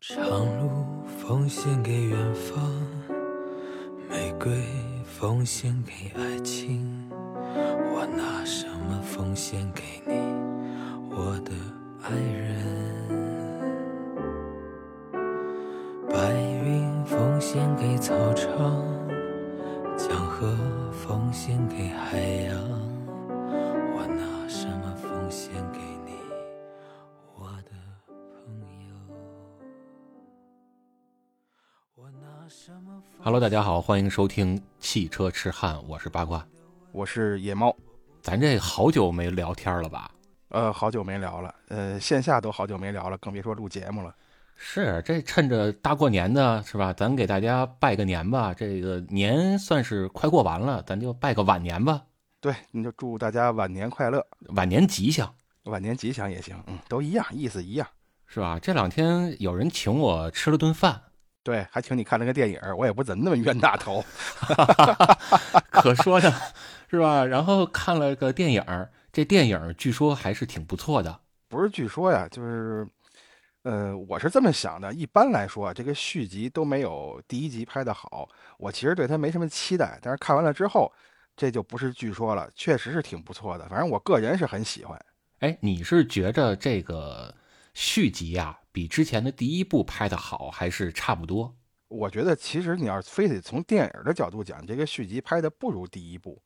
长路奉献给远方，玫瑰奉献给爱情，我拿什么奉献给你，我的爱人？白云奉献给草场，江河奉献给海洋，我拿什么奉献给你，我的朋友？我拿什么奉 Hello，大家好，欢迎收听汽车痴汉，我是八卦。我是野猫，咱这好久没聊天了吧？呃，好久没聊了，呃，线下都好久没聊了，更别说录节目了。是，这趁着大过年的是吧？咱给大家拜个年吧。这个年算是快过完了，咱就拜个晚年吧，对，那就祝大家晚年快乐，晚年吉祥，晚年吉祥也行，嗯，都一样，意思一样。是吧？这两天有人请我吃了顿饭， 对，还请你看了个电影儿，我也不怎么那么冤大头。 可说呢，是吧？然后看了个电影儿，这电影儿据说还是挺不错的。不是，据说呀，就是，呃，我是这么想的。一般来说啊，这个续集都没有第一集拍的好。我其实对它没什么期待，但是看完了之后，这就不是据说了，确实是挺不错的。反正我个人是很喜欢。哎，你是觉着这个续集呀、比之前的第一部拍的好，还是差不多？我觉得其实你要是非得从电影的角度讲，这个续集拍的不如第一部。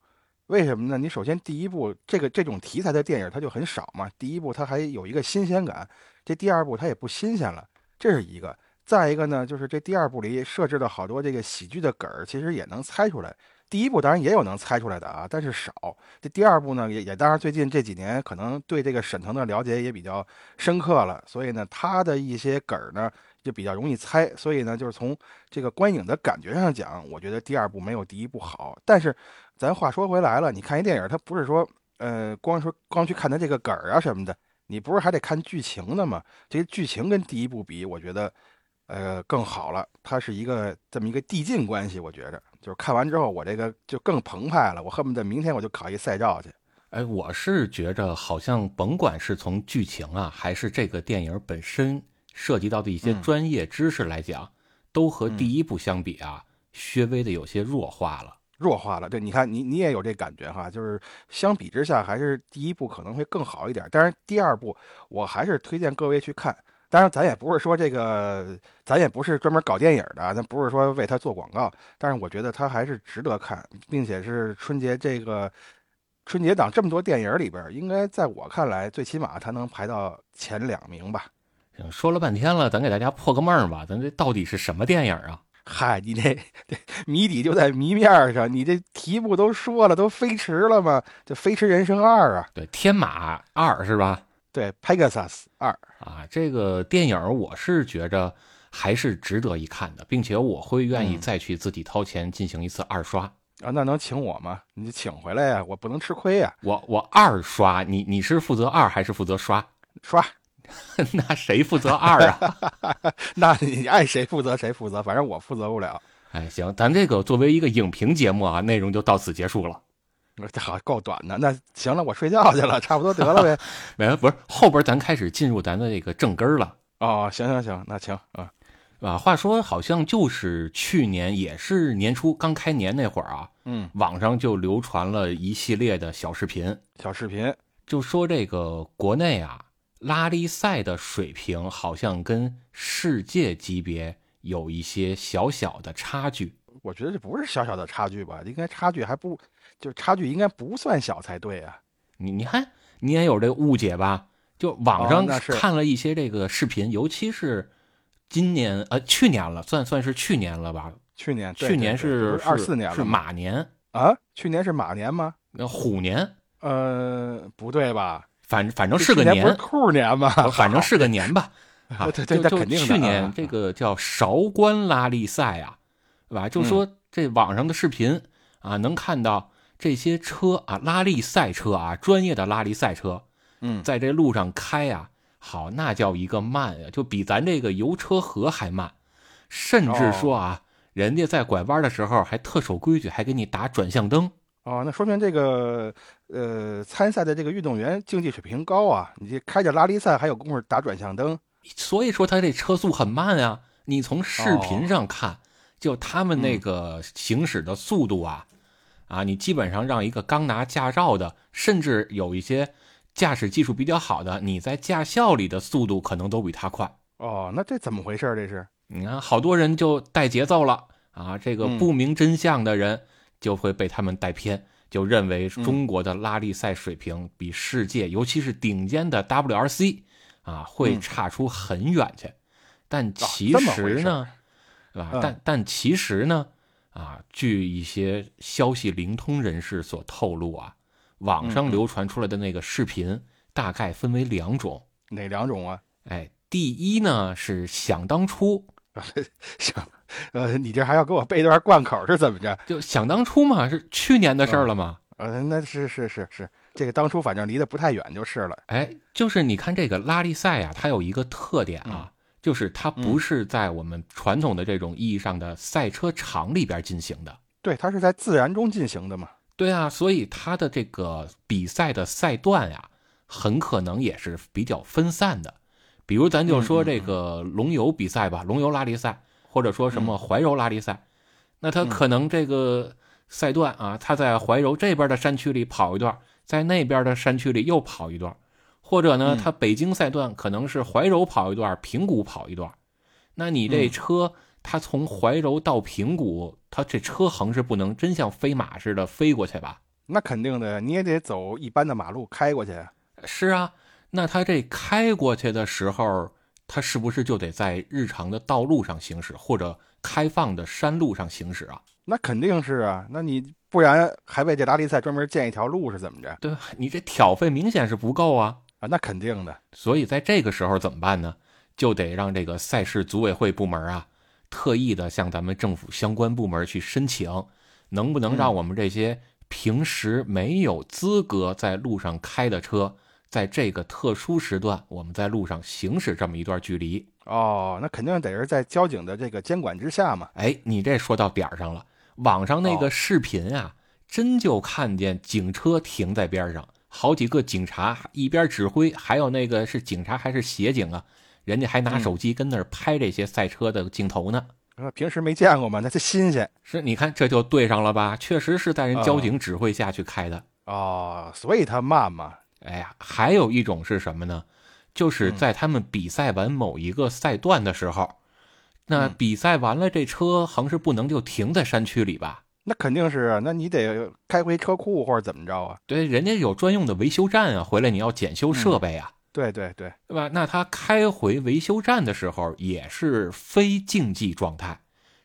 为什么呢？你首先第一部这个这种题材的电影它就很少嘛，第一部它还有一个新鲜感，这第二部它也不新鲜了，这是一个。再一个呢，就是这第二部里设置了好多这个喜剧的梗儿，其实也能猜出来。第一部当然也有能猜出来的啊，但是少。这第二部呢，也也当然最近这几年可能对这个沈腾的了解也比较深刻了，所以呢，他的一些梗儿呢就比较容易猜。所以呢，就是从这个观影的感觉上讲，我觉得第二部没有第一部好。但是，咱话说回来了，你看一电影，它不是说呃光说光去看它这个梗儿啊什么的，你不是还得看剧情的吗？这个剧情跟第一部比，我觉得呃更好了，它是一个这么一个递进关系。我觉着就是看完之后，我这个就更澎湃了，我恨不得明天我就考一赛照去。哎，我是觉着好像甭管是从剧情啊，还是这个电影本身涉及到的一些嗯专业知识来讲，都和嗯第一部相比啊，略微的有些弱化了。弱化了。对，你看你你也有这感觉哈，就是相比之下，还是第一部可能会更好一点。当然，第二部我还是推荐各位去看。当然，咱也不是说这个，咱也不是专门搞电影的啊，咱不是说为它做广告。但是我觉得它还是值得看，并且是春节这个春节档这么多电影里边儿，应该在我看来，最起码它能排到前两名吧。嗯说了半天了，咱给大家破个梦儿吧，咱这到底是什么电影啊？嗨，你这这谜底就在谜面儿上，你这题目都说了，都飞驰了吗？这《飞驰人生二》啊，对，《天马二》是吧？对，Pegasus 二，啊，这个电影儿我是觉着还是值得一看的，并且我会愿意嗯再去自己掏钱进行一次二刷。啊，那能请我吗？你就请回来呀、我不能吃亏呀、我我二刷，你你是负责二还是负责刷？ 刷，那谁负责二啊？ 那你爱谁负责谁负责，反正我负责不了。哎，行，咱这个作为一个影评节目啊，内容就到此结束了。这好够短的，那行了，我睡觉去了，差不多得 了呗。没，不是后边咱开始进入咱的这个正根儿了哦，行行行，那行啊，啊。话说，好像就是去年，也是年初刚开年那会儿啊，嗯，网上就流传了一系列的小视频，小视频，就说这个国内啊，拉力赛的水平好像跟世界级别有一些小小的差距。我觉得这不是小小的差距吧，应该差距还不，就差距应该不算小才对啊。你你看，你也有这误解吧？就网哦上那是看了一些这个视频，尤其是今年呃去年了，算算是去年了吧？去年，对去年对对这是不是二四年是了吗马年，啊？去年是马年吗？呃虎年，呃，不对吧？反反正这是个呃去年不是兔年吗？ 反 正是个年吧。啊，对对就那就肯定的去啊年这个叫韶关拉力赛啊，对吧？就嗯说这网上的视频啊，能看到这些车啊，拉力赛车啊，专业的拉力赛车，嗯，在这路上开啊，好，那叫一个慢啊呀，就比咱这个油车河还慢，甚哦至说啊，人家在拐弯的时候还特守规矩，还给你打转向灯。哦，那说明这个呃参赛的这个运动员竞技水平高啊！你这开着拉力赛还有功夫打转向灯，所以说他这车速很慢啊。你从视频上看，就他们那个行驶的速度啊，啊，你基本上让一个刚拿驾照的，甚至有一些驾驶技术比较好的，你在驾校里的速度可能都比他快。哦，那这怎么回事儿？这是你看，好多人就带节奏了啊！这个嗯不明真相的人就会被他们带偏，就认为嗯中国的拉力赛水平比世界，尤其是顶尖的 WRC 啊，会嗯啊差出很远去。但其这么回实事呢，啊，嗯但但其实呢，啊，据一些消息灵通人士所透露啊，网上嗯嗯流传出来的那个视频大概分为两种。哪两种啊？ 哎，第一呢是想当初行，呃，你这还要给我背一段贯口是怎么着？就想当初嘛，是去年的事儿了嘛。呃，那是是是是，这个当初反正离得不太远就是了。哎，就是你看这个拉力赛啊，它有一个特点啊，就是它不是在我们传统的这种意义上的赛车场里边进行的。对，它是在自然中进行的嘛。对啊，所以它的这个比赛的赛段呀、很可能也是比较分散的。比如咱就说这个龙游比赛吧，龙游拉力赛，或者说什嗯么怀柔拉力赛，那它可能这个赛段啊，它在怀柔这边的山区里跑一段，在那边的山区里又跑一段，或者呢，嗯它北京赛段可能是怀柔跑一段，平谷跑一段。那你这嗯车，它从怀柔到平谷，它这车横是不能真像飞马似的飞过去吧？那肯定的，你也得走一般的马路开过去啊。是啊，那他这开过去的时候，他是不是就得在日常的道路上行驶，或者开放的山路上行驶啊？那肯定是啊，那你不然还为这拉力赛专门建一条路是怎么着对吧？你这挑费明显是不够啊，啊？那肯定的，所以在这个时候怎么办呢？就得让这个赛事组委会部门啊，特意的向咱们政府相关部门去申请，能不能让我们这些平时没有资格在路上开的车，在这个特殊时段，我们在路上行驶这么一段距离？哦，那肯定得是在交警的这个监管之下嘛。哎，你这说到点儿上了。网上那个哦视频啊，真就看见警车停在边上，好几个警察一边指挥，还有那个是警察还是协警啊？人家还拿嗯手机跟那儿拍这些赛车的镜头呢。啊平时没见过嘛，那这新鲜是，你看这就对上了吧？确实是在人啊交警指挥下去开的。哦，所以它慢嘛。哎呀，还有一种是什么呢？就是嗯在他们比赛完某一个赛段的时候，那嗯比赛完了，这车横是不能就停在山区里吧？那肯定是啊，那你得开回车库或者怎么着啊？对，人家有专用的维修站啊，回来你要检修嗯设备啊，对对对，对吧？那他开回维修站的时候也是非竞技状态，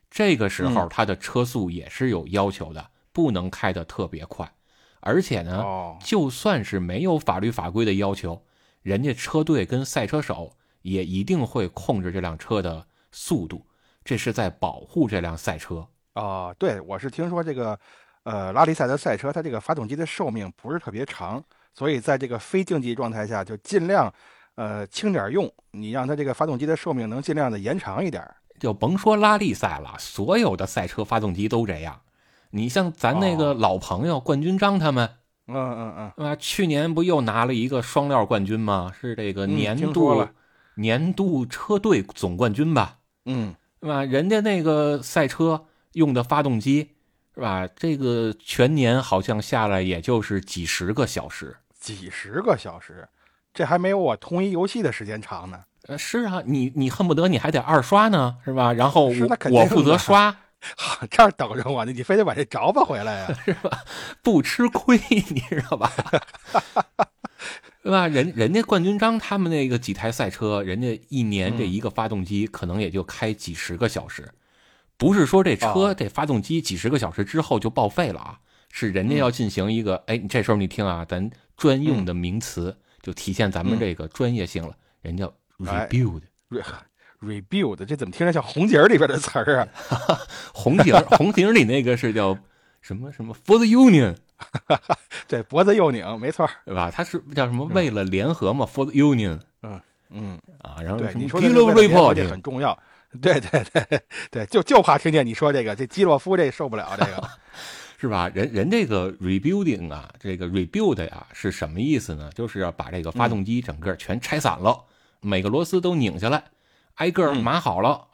这个时候嗯他的车速也是有要求的，不能开得特别快，而且呢，哦，就算是没有法律法规的要求，人家车队跟赛车手也一定会控制这辆车的速度，这是在保护这辆赛车。哦，对，我是听说这个，呃，拉力赛的赛车，它这个发动机的寿命不是特别长，所以在这个非竞技状态下，就尽量，呃，轻点儿用，你让它这个发动机的寿命能尽量的延长一点儿。就甭说拉力赛了，所有的赛车发动机都这样。你像咱那个哦老朋友冠军章他们，嗯嗯嗯，啊，去年不又拿了一个双料冠军吗？是这个嗯年听度、说了年度车队总冠军吧？嗯，是吧？人家那个赛车用的发动机，是吧？这个全年好像下来也就是几十个小时。几十个小时，这还没有我同一游戏的时间长呢。呃，是啊，你你恨不得你还得二刷呢，是吧？然后是那我肯定我负责的刷，好， 这儿等着我呢，你非得把这找吧回来呀、不吃亏， 你知道吧？对吧？人人家冠军章他们那个几台赛车，人家一年这一个发动机可能也就开几十个小时，不是说这车哦这发动机几十个小时之后就报废了啊，是人家要进行一个，哎，你这时候你听啊，咱专用的名词就体现咱们嗯这个专业性了，人叫哎 rebuild。 Rebuild，这怎么听着像红警儿里边的词儿啊？ 红警儿 红警儿里那个是叫什么什么 for the union 对，脖子又拧，没错儿。对吧？它是叫什么为了联合嘛 for the union。嗯嗯，啊，然后对，什么你说基的洛这夫个瑞联波合这这个很重要。对对对对，就就怕听见你说这个，这基洛夫这受不了这个。 是吧？人人这个 rebuilding 啊，这个 rebuild 啊是什么意思呢？就是要把这个发动机整个全拆散了，每个螺丝都拧下来，挨个儿码好了，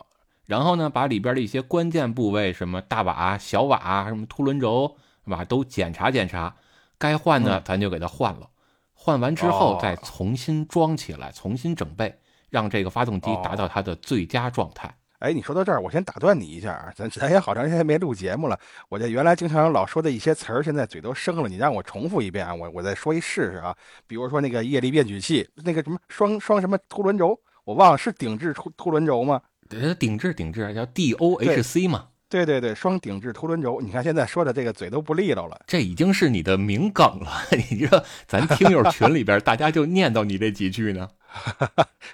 然后呢，把里边的一些关键部位，什么大瓦、小瓦、什么凸轮轴，是吧？都检查检查，该换的咱就给它换了，换完之后哦再重新装起来，重新整备，让这个发动机达到它的最佳状态。哎，你说到这儿，我先打断你一下啊，咱咱也好长时间没录节目了，我这原来经常老说的一些词儿，现在嘴都生了，你让我重复一遍啊，我我再说一试试啊。比如说那个液力变矩器，那个什么双双什么凸轮轴，我忘了是顶置凸凸轮轴吗？呃，顶置顶置叫 DOHC 嘛，对对对，双顶置凸轮轴。你看现在说的这个嘴都不利落了。这已经是你的名梗了。 你说咱听友群里边，大家就念叨你这几句呢，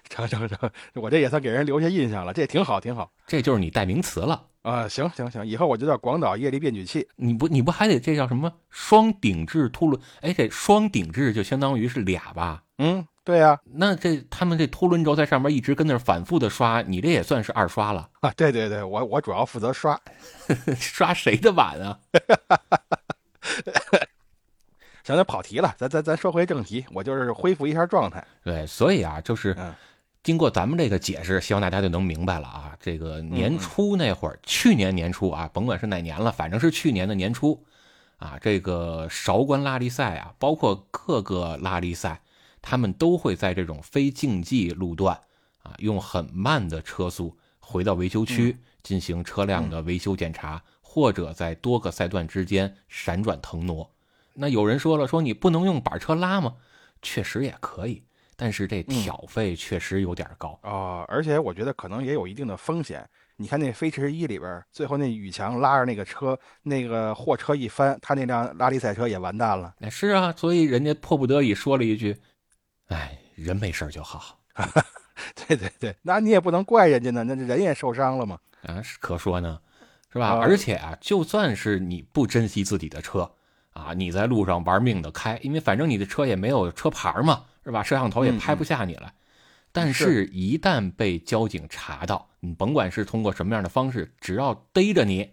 成成成，我这也算给人留下印象了，这也挺好，挺好这就是你代名词了。啊、行行行，以后我就叫广岛液力变矩器。你不，你不还得这叫什么双顶置凸轮？哎，这双顶置就相当于是俩吧？嗯，对呀、那这他们这凸轮轴在上面一直跟那儿反复的刷，你这也算是二刷了， 啊，对对对，我我主要负责刷。刷谁的碗啊？行，咱跑题了，咱咱咱说回正题，我就是恢复一下状态。对，所以啊，就是嗯经过咱们这个解释，希望大家就能明白了啊。这个年初那会儿，去年年初啊，甭管是哪年了，反正是去年的年初啊，这个韶关拉力赛啊，包括各个拉力赛，他们都会在这种非竞技路段啊，用很慢的车速回到维修区进行车辆的维修检查，或者在多个赛段之间闪转腾挪。那有人说了，说你不能用板车拉吗？确实也可以，但是这挑费确实有点高。哦，而且我觉得可能也有一定的风险。你看那《飞驰一》里边儿，最后那宇强拉着那个车，那个货车一翻，他那辆拉力赛车也完蛋了。 那、是啊，所以人家迫不得已说了一句：“哎，人没事儿就好对对对，那你也不能怪人家呢，那人也受伤了嘛。啊。”是可说呢，是吧？啊而且啊，就算是你不珍惜自己的车啊，你在路上玩命的开，因为反正你的车也没有车牌嘛，是吧？摄像头也嗯拍嗯不下你来。但是是，一旦被交警查到，你甭管是通过什么样的方式，只要逮着你，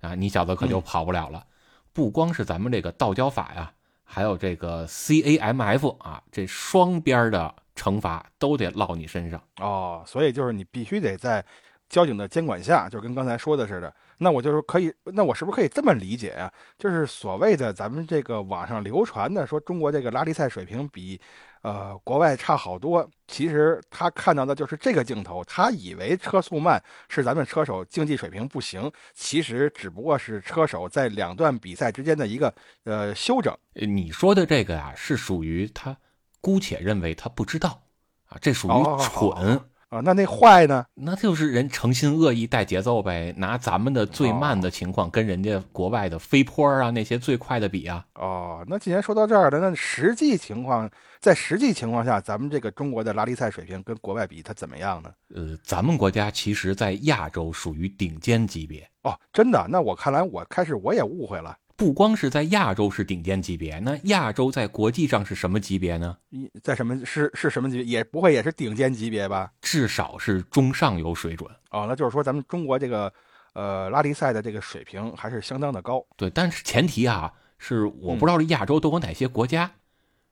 啊，你小子可嗯就跑不了了。不光是咱们这个道交法呀，还有这个 CAMF 啊，这双边的惩罚都得落你身上。哦，所以就是你必须得在交警的监管下，就跟刚才说的似的。那我就是可以，那我是不是可以这么理解啊？就是所谓的咱们这个网上流传的说中国这个拉力赛水平比呃国外差好多，其实他看到的就是这个镜头，他以为车速慢是咱们车手竞技水平不行，其实只不过是车手在两段比赛之间的一个呃修整。呃你说的这个呀、是属于他姑且认为他不知道啊，这属于哦蠢。啊，那那坏呢？那就是人诚心恶意带节奏呗，拿咱们的最慢的情况跟人家国外的飞坡啊那些最快的比啊，哦，那既然说到这儿了，那实际情况，在实际情况下，咱们这个中国的拉力赛水平跟国外比，它怎么样呢？呃，咱们国家其实在亚洲属于顶尖级别，哦，真的？那我看来，我开始我也误会了。不光是在亚洲是顶尖级别，那亚洲在国际上是什么级别呢？一在什么是是什么级别？也不会也是顶尖级别吧？至少是中上游水准。哦，那就是说咱们中国这个呃拉力赛的这个水平还是相当的高。对，但是前提啊，是我不知道这亚洲都有哪些国家、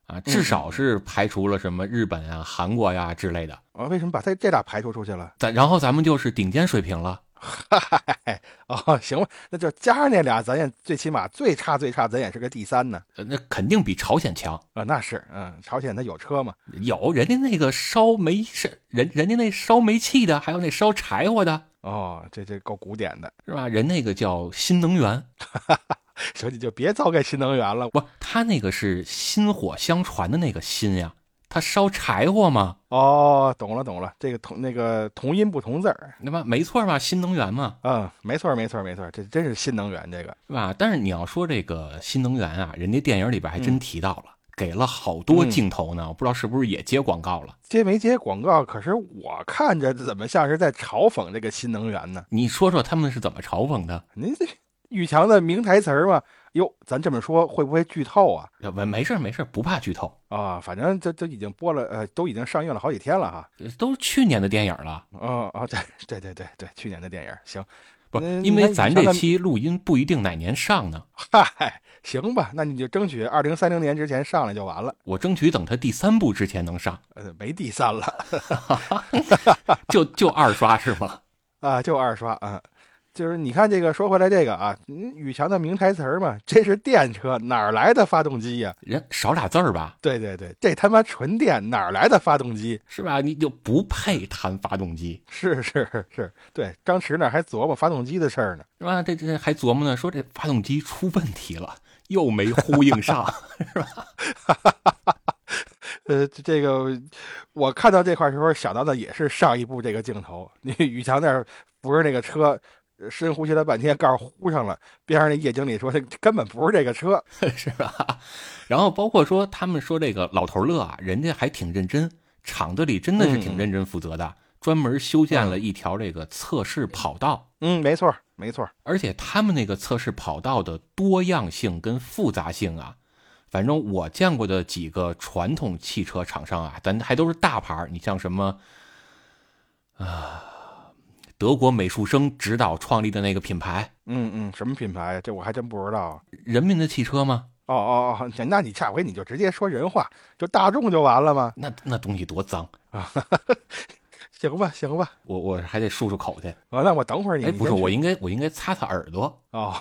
啊，至少是排除了什么日本啊、韩国呀、之类的。啊、为什么把这这俩排除出去了？咱然后咱们就是顶尖水平了。哦， 行吧，那就加上那俩，咱也最起码最差最差，咱也是个第三呢。呃那肯定比朝鲜强，啊、那是，嗯，朝鲜它有车嘛？有人家那个烧煤是人人家那烧煤气的，还有那烧柴火的，哦，这这够古典的，是吧？人那个叫新能源，所以你就别糟改新能源了。不，他那个是薪火相传的那个薪呀，他烧柴火嘛，哦，懂了懂了，这个同那个同音不同字儿，那么没错嘛，新能源嘛，嗯，没错儿没错儿没错儿，这真是新能源这个，是吧？但是你要说这个新能源啊，人家电影里边还嗯真提到了，给了好多镜头呢，我不知道是不是也接广告了。接没接广告？可是我看着怎么像是在嘲讽这个新能源呢？你说说他们是怎么嘲讽的？您这玉强的名台词儿嘛。哟，咱这么说会不会剧透啊？呃没没事儿没事儿，不怕剧透，啊，反正这都已经播了，呃，都已经上映了好几天了哈。呃都是去年的电影了。哦哦，对对对对对，去年的电影，行，不是，嗯因那为你咱上这个期录音不一定哪年上呢，嗨，行吧，那你就争取二零三零年之前上来就完了。我争取等它第三部之前能上，呃，没第三了就就二刷是吗？ 啊，就二刷啊。就是你看这个，说回来这个啊，嗯宇强的名台词儿嘛，这是电车，哪儿来的发动机呀、人少俩字儿吧，对对对，这他妈纯电，哪儿来的发动机？是吧？你就不配谈发动机，是是是，对，张弛那儿还琢磨发动机的事儿呢。是吧？这这还琢磨呢，说这发动机出问题了，又没呼应上，呃，这这个我看到这块儿时候想到的也是上一部这个镜头，那宇强那儿扶着那个车，呃深呼吸了半天，告诉呼上了，边上那叶经理说这根本不是这个车， 是吧？然后包括说他们说这个老头乐啊，人家还挺认真，厂子里真的是挺嗯认真负责的，专门修建了一条这个测试跑道。嗯，没错儿，没错儿，而且他们那个测试跑道的多样性跟复杂性啊，反正我见过的几个传统汽车厂商啊，咱还都是大牌儿，你像什么啊，呃德国美术生指导创立的那个品牌，嗯嗯，什么品牌？这我还真不知道。啊人民的汽车吗？哦哦哦，那你下回你就直接说人话，就大众就完了吗？那那东西多脏，行吧，行吧，我我还得漱漱口去。啊，那我等会儿你。哎，你不是，先去我应该我应该擦擦耳朵。哦，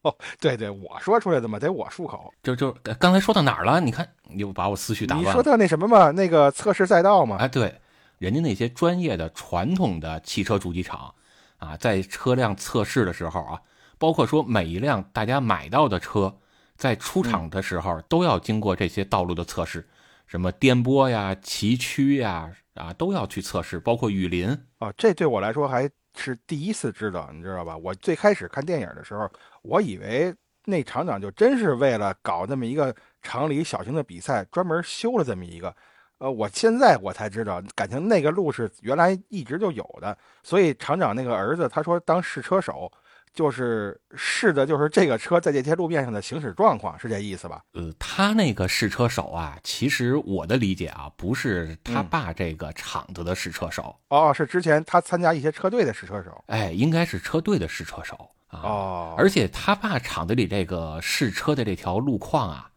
对对，我说出来的嘛，得我漱口。就就呃刚才说到哪儿了？你看，你又把我思绪打你乱了。说到那什么嘛，那个测试赛道嘛，啊，对，人家那些专业的传统的汽车主机厂啊，在车辆测试的时候啊，包括说每一辆大家买到的车，在出嗯厂的时候都要经过这些道路的测试，什么颠簸呀、崎岖呀啊，都要去测试，包括雨林。哦，这对我来说还是第一次知道，你知道吧？我最开始看电影的时候，我以为那厂长就真是为了搞那么一个厂里小型的比赛，专门修了这么一个。呃，我现在我才知道，感情那个路是原来一直就有的，所以厂长那个儿子他说当试车手，就是试的就是这个车在这些路面上的行驶状况，是这意思吧？呃，他那个试车手啊，其实我的理解啊，不是他嗯爸这个厂子的试车手，哦，是之前他参加一些车队的试车手。哎，应该是车队的试车手啊。哦，而且他爸厂子里这个试车的这条路况啊，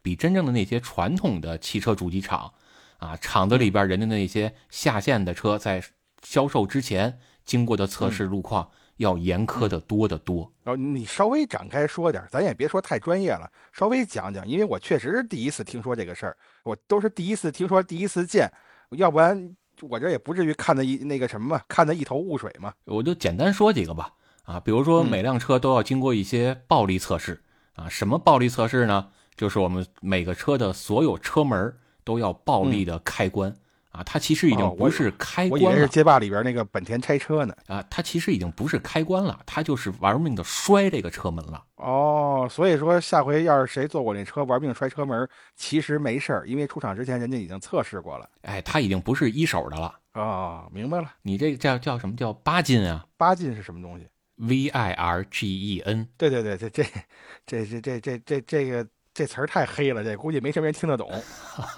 比真正的那些传统的汽车主机厂啊，厂子里边人家那些下线的车在销售之前经过的测试路况要严苛的多得多。然后你稍微展开说点儿，咱也别说太专业了，稍微讲讲，因为我确实是第一次听说这个事儿，我都是第一次听说，第一次见，要不然我这也不至于看的一那个什么嘛，看的一头雾水嘛。我就简单说几个吧，啊，比如说嗯每辆车都要经过一些暴力测试啊，什么暴力测试呢？就是我们每个车的所有车门都要暴力的开关、啊，它其实已嗯哦经我不是开我关以了，为是街霸里边那个本田拆车呢。啊，它其实已经不是开关了，它就是玩命的摔这个车门了。哦，所以说下回要是谁坐我那车玩命摔车门儿，其实没事儿，因为出厂之前人家已经测试过了。哎，它已经不是一手的了。哦，明白了，你这叫叫什么叫八进啊八进是什么东西？ ？V I R G E N，对对对，这这这这这这这这个这词儿太黑了，这估计没什么人听得懂。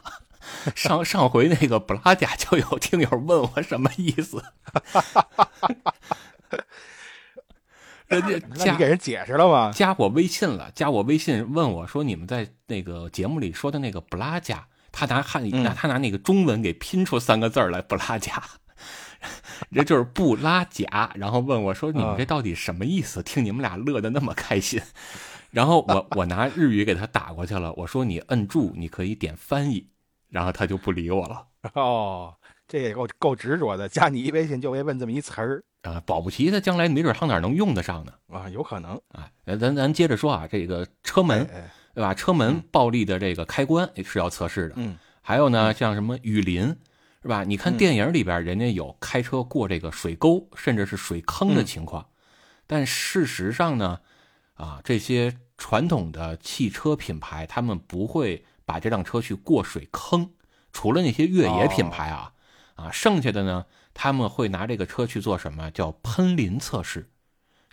上上回那个布拉贾就有听友问我什么意思， 人家那你加给人解释了吗？加我微信了，加我微信问我说你们在那个节目里说的那个布拉贾，他拿汉语，嗯拿他拿那个中文给拼出三个字儿来布拉 贾，这就是布拉贾，然后问我说你们这到底什么意思？听你们俩乐得那么开心，然后我我拿日语给他打过去了，我说你摁住，你可以点翻译，然后他就不理我了。 哦，这也够够执着的，加你一微信就为问这么一词儿啊，保不齐他将来没准上哪儿能用得上呢。啊，有可能。啊，咱咱接着说啊，这个车门，哎哎对吧？车门暴力的这个开关是要测试的。嗯，还有呢，像什么雨林，是吧？你看嗯电影里边，人家有开车过这个水沟，甚至是水坑嗯的情况，但事实上呢，啊，这些传统的汽车品牌，他们不会把这辆车去过水坑，除了那些越野品牌啊，哦啊，剩下的呢，他们会拿这个车去做什么？叫喷淋测试。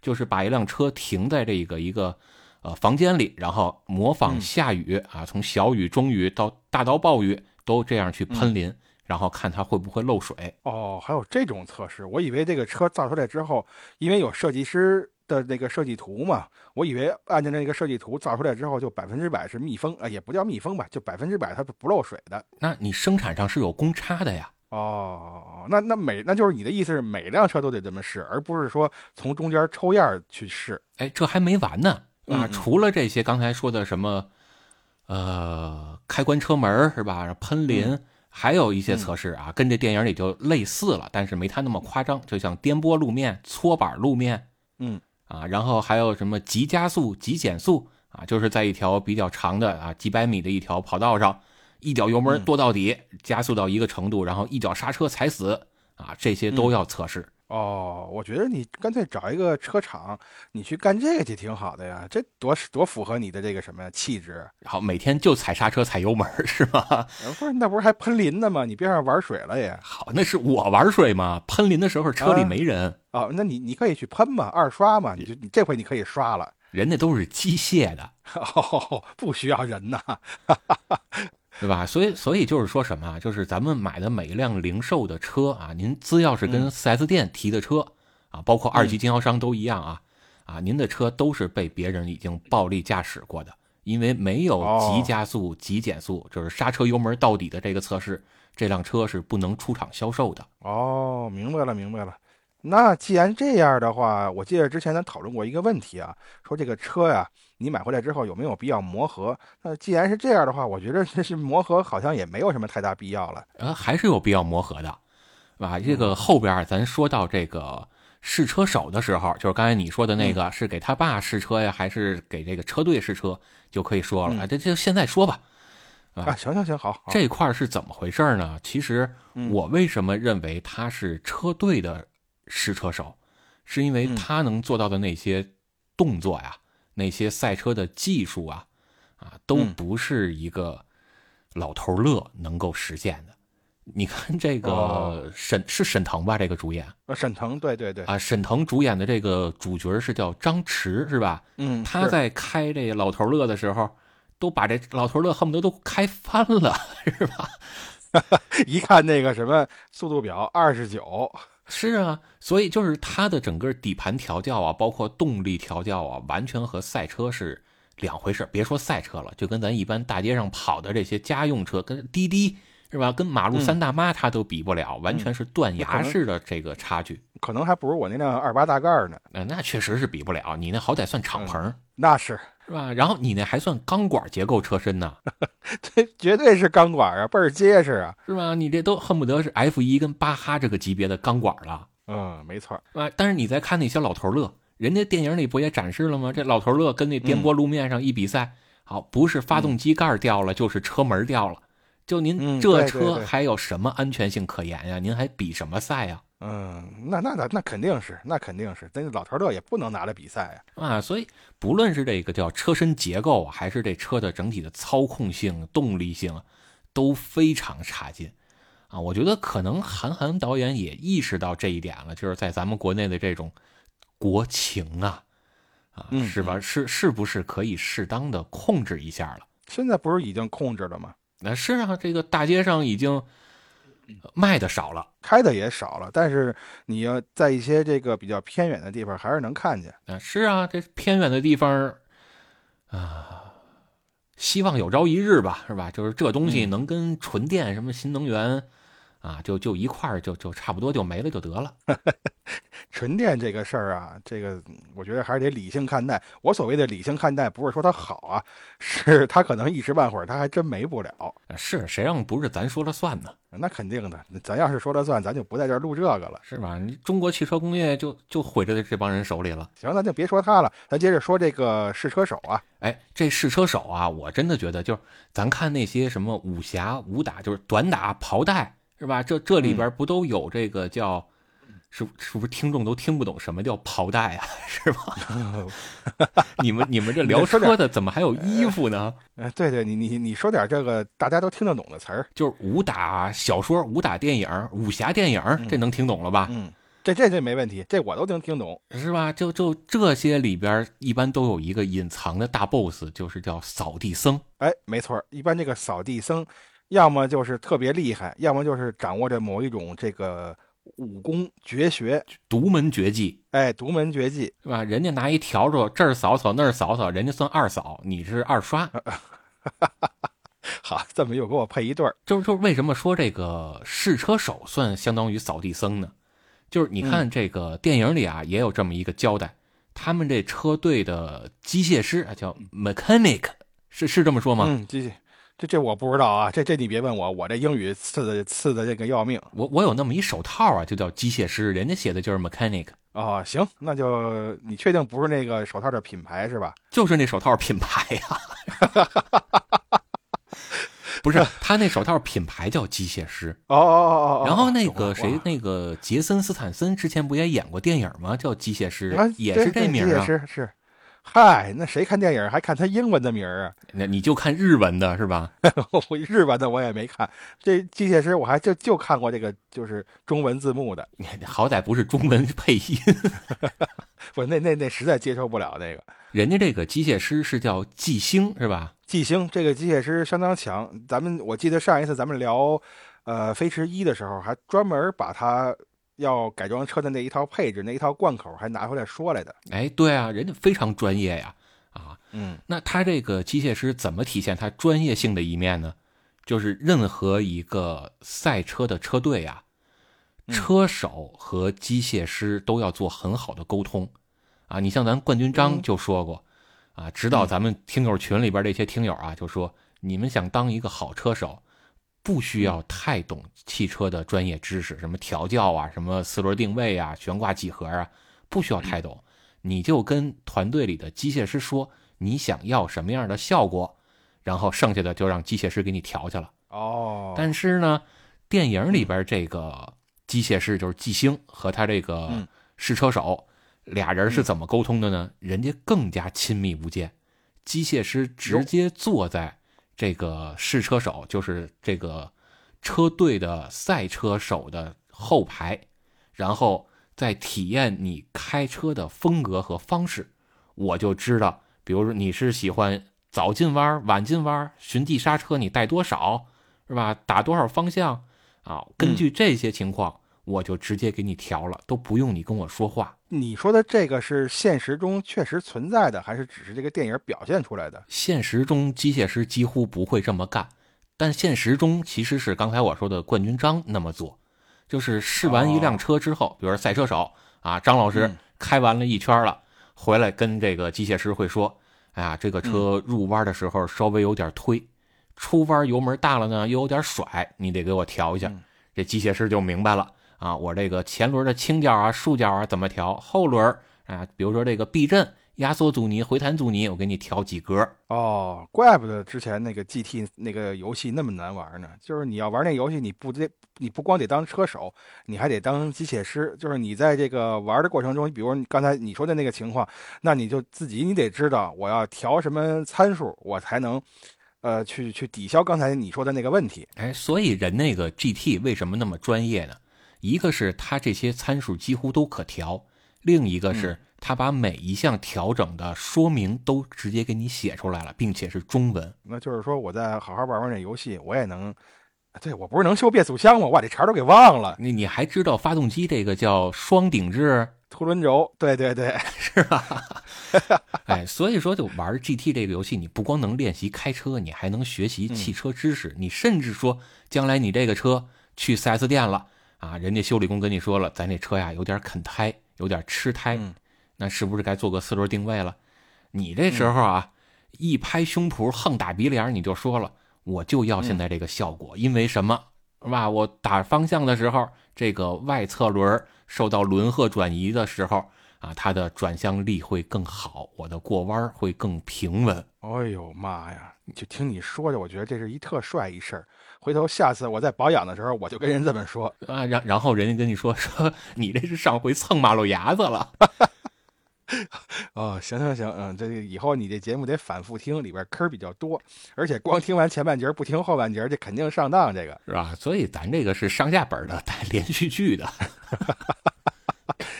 就是把一辆车停在这个一个呃房间里，然后模仿嗯下雨、啊，从小雨、中雨到大到暴雨都这样去喷淋，然后看它会不会漏水。哦，还有这种测试，我以为这个车造出来之后，因为有设计师的那个设计图嘛，我以为按照那个设计图造出来之后，就百分之百是密封啊、呃也不叫密封吧，就百分之百它是不漏水的。那你生产上是有公差的呀。哦，那那每那就是你的意思是每辆车都得这么试，而不是说从中间抽样儿去试。哎，这还没完呢啊！嗯嗯除了这些刚才说的什么，呃，开关车门儿是吧？嗯喷淋，还有一些测试啊，跟这电影里就类似了，但是没它那么夸张，就像颠簸路面、搓板路面，嗯啊，然后还有什么急加速、急减速啊，就是在一条比较长的啊几百米的一条跑道上，一脚油门嗯跺到底，加速到一个程度，然后一脚刹车踩死啊，这些都嗯要测试。哦，我觉得你干脆找一个车厂，你去干这个就挺好的呀，这多多符合你的这个什么呀气质。然后每天就踩刹车、踩油门儿是吧？呃不是，那不是还喷淋呢吗？你边上玩水了也。好，那是我玩水嘛，喷淋的时候车里没人，哦，那你你可以去喷嘛，二刷嘛，你就你这回你可以刷了。 人家都是机械的，哦，不需要人呐。对吧？所以，所以就是说什么啊，就是咱们买的每一辆零售的车啊，您资料是跟嗯 4S 店提的车、啊，包括二级经销商都一样啊，啊，您的车都是被别人已经暴力驾驶过的，因为没有哦急加速、急减速，就是刹车油门到底的这个测试，这辆车是不能出厂销售的。哦，明白了，明白了。那既然这样的话，我记得之前咱讨论过一个问题啊，说这个车呀、你买回来之后有没有必要磨合？那既然是这样的话，我觉得这是磨合好像也没有什么太大必要了。呃，还是有必要磨合的，对吧？这个后边儿咱说到这个试车手的时候，就是刚才你说的那个、是给他爸试车呀，还是给这个车队试车，就可以说了。嗯啊这就现在说吧，啊啊，行行行，好，好这块儿是怎么回事儿呢？其实嗯我为什么认为他是车队的试车手，是因为嗯他能做到的那些动作呀、那些赛车的技术啊，啊，都嗯不是一个老头乐能够实现的。你看这哦个沈是沈腾吧？这个主演呃沈腾，对对对，啊，沈腾主演的这个主角是叫张弛，是吧？嗯，他是在开这老头乐的时候，都把这老头乐恨不得都开翻了，是吧？一看那个什么速度表二十九，是啊，所以就是它的整个底盘调教啊，包括动力调教啊，完全和赛车是两回事儿。别说赛车了，就跟咱一般大街上跑的这些家用车，跟滴滴是吧，跟嗯马路三大妈它都比不了，完全是断那可崖能式的这个差距。嗯呃可能还不如我那辆二八大盖儿呢。那那确实是比不了，你那好歹算嗯敞篷儿那是， 是吧？然后你那还算钢管结构车身呢，这绝对是钢管啊，倍儿结实啊。是吧？你这都恨不得是 F 一跟巴哈这个级别的钢管了。嗯，没错儿。啊，但是你再看那些老头乐，人家电影里不也展示了吗？这老头乐跟那嗯颠簸路面上一比赛，好，不是发动机盖儿掉了，就是车门儿掉了。就您嗯这对对车对还有什么安全性可言呀？您还比什么赛呀？嗯，那那那那肯定是，那肯定是，但是老头乐也不能拿来比赛呀、啊，所以不论是这个叫车身结构啊，还是这车的整体的操控性、动力性啊，都非常差劲啊。我觉得可能韩寒导演也意识到这一点了，就是在咱们国内的这种国情啊，啊，嗯是吧？是是不是可以适当的控制一下了？现在不是已经控制了吗？那是啊，这个大街上已经呃卖的少了。开的也少了，但是你要在一些这个比较偏远的地方，还是能看见。啊，是啊，这偏远的地方儿啊，啊希望有朝一日吧，是吧？就是这东西嗯能跟纯电、什么新能源啊，就就一块儿就就差不多就没了就得了。纯电这个事儿啊，这个嗯我觉得还是得理性看待。我所谓的理性看待，不是说它好啊， 是它可能一时半会儿它还真没不了，啊是谁让不是咱说了算呢？那肯定的。咱要是说了算，咱就不在这儿录这个了。是吧？你中国汽车工业就就毁在这帮人手里了。行，咱就别说它了，咱接着说这个试车手啊。哎，这试车手啊，我真的觉得就是咱看那些什么武侠、武打，就是短打、袍带，是吧？这这里边不都有这个叫，是是不是听众都听不懂什么叫袍带啊？ 是吧？你们你们这聊车的怎么还有衣服呢？呃，对对，你你你说点这个大家都听得懂的词儿。就是武打小说、武打电影、武侠电影，这能听懂了吧？嗯这这这没问题，这我都能听懂。是吧？就就这些里边儿一般都有一个隐藏的大 boss，就是叫扫地僧。哎，没错儿，一般这个扫地僧，要么就是特别厉害，要么就是掌握着某一种这个武功绝学，独门绝技哎，独门绝技。是吧？人家拿一笤帚这儿扫扫那儿扫扫，人家算二扫，你是二刷。 好，这么又给我配一对儿，就是就是为什么说这个试车手算相当于扫地僧呢？就是你看这个电影里啊，也有这么一个交代，他们这车队的机械师啊叫 mechanic，是是这么说吗？嗯，继续。这这我不知道啊，这这你别问我，我这英语次的次的这个要命我我有那么一手套啊，就叫机械师，人家写的就是 mechanic，啊、行，那就你确定不是那个手套的品牌是吧？就是那手套品牌呀、 不是，他那手套品牌叫机械师。哦哦哦哦。然后那懂了个谁，那个杰森斯坦森之前不也演过电影吗？叫《机械师哇啊》，，也对是这对名也儿啊。是是。嗨，那谁看电影还看他英文的名儿啊？啊那你就看日文的是吧？我日文的我也没看，这机械师我还就就看过这个就是中文字幕的，你好歹不是中文配音。我那那那实在接受不了那个。人家这个机械师是叫季星是吧？季星这个机械师相当强，咱们我记得上一次咱们聊，呃，飞驰一的时候，还专门把他要改装车的那一套配置、那一套贯口还拿回来说来的。哎，对啊，人家非常专业呀。啊，嗯，那他这个机械师怎么体现他专业性的一面呢？就是任何一个赛车的车队啊，嗯车手和机械师都要做很好的沟通啊。你像咱冠军章嗯就说过啊，指导咱们听友群里边这些听友啊，就说你们想当一个好车手，不需嗯要太懂汽车的专业知识，什么调教啊，什么四轮定位啊，悬挂几何啊，不需要嗯太懂，你就跟团队里的机械师说你想要什么样的效果，然后剩下的就让机械师给你调去了。哦，嗯但是呢，电影里边这个机械师就是季星和他这个嗯试车手、俩人是怎么沟通的呢？人家更加亲密无间，机械师直接坐在这个试车手，就是这个车队的赛车手的后排，然后再体验你开车的风格和方式。我就知道，比如说你是喜欢早进弯儿、晚进弯儿，循迹刹车你带多少，是吧？打多少方向啊？根据这些情况，我就直接给你调了，都不用你跟我说话。你说的这个是现实中确实存在的，还是只是这个电影表现出来的？现实中机械师几乎不会这么干，但现实中其实是刚才我说的冠军章那么做，就是试完一辆车之后，比如说赛车手啊，张老师哦嗯开完了一圈了，回来跟这个机械师会说，哎呀，这个车嗯入弯的时候稍微有点推，出弯油门大了呢又有点甩，你得给我调一下。嗯这机械师就明白了啊，我这个前轮的倾角啊、束角啊怎么调，后轮儿啊，比如说这个避震、压缩阻尼、回弹阻尼，我给你调几格。哦，怪不得之前那个 GT 那个游戏那么难玩呢。就是你要玩那游戏，你不得你不光得当车手，你还得当机械师。就是你在这个玩的过程中，比如你刚才你说的那个情况，那你就自己你得知道我要调什么参数，我才能呃去去抵消刚才你说的那个问题。哎，所以人那个 GT 为什么那么专业呢？一个是它这些参数几乎都可调，另一个是它把每一项调整的说明都直接给你写出来了，并且是中文。那就是说，我再好好玩玩那游戏，我也能。对，我不是能修变速箱吗？我把这茬儿都给忘了。你你还知道发动机这个叫双顶置，凸轮轴，对对对，哎，所以说就玩 GT 这个游戏，你不光能练习开车，你还能学习汽车知识。你甚至说，将来你这个车去 4S 店了啊，人家修理工跟你说了，咱这车呀有点啃胎，有点吃胎，嗯那是不是该做个四轮定位了？你这时候啊，一拍胸脯，横打鼻梁，你就说了，我就要现在这个效果，因为什么？是吧？我打方向的时候，这个外侧轮儿受到轮荷转移的时候啊，它的转向力会更好，我的过弯儿会更平稳。哎呦妈呀！就听你说着，我觉得这是一特帅一事儿。回头下次我在保养的时候，我就跟人这么说。 啊，然然后人家跟你说 说你这是上回蹭马路牙子了，哦，行行行，嗯，这个以后你这节目得反复听，里边坑儿比较多，而且光听完前半截儿不听后半截儿，这肯定上当。这个是吧？所以咱这个是上下本儿的带连续剧的，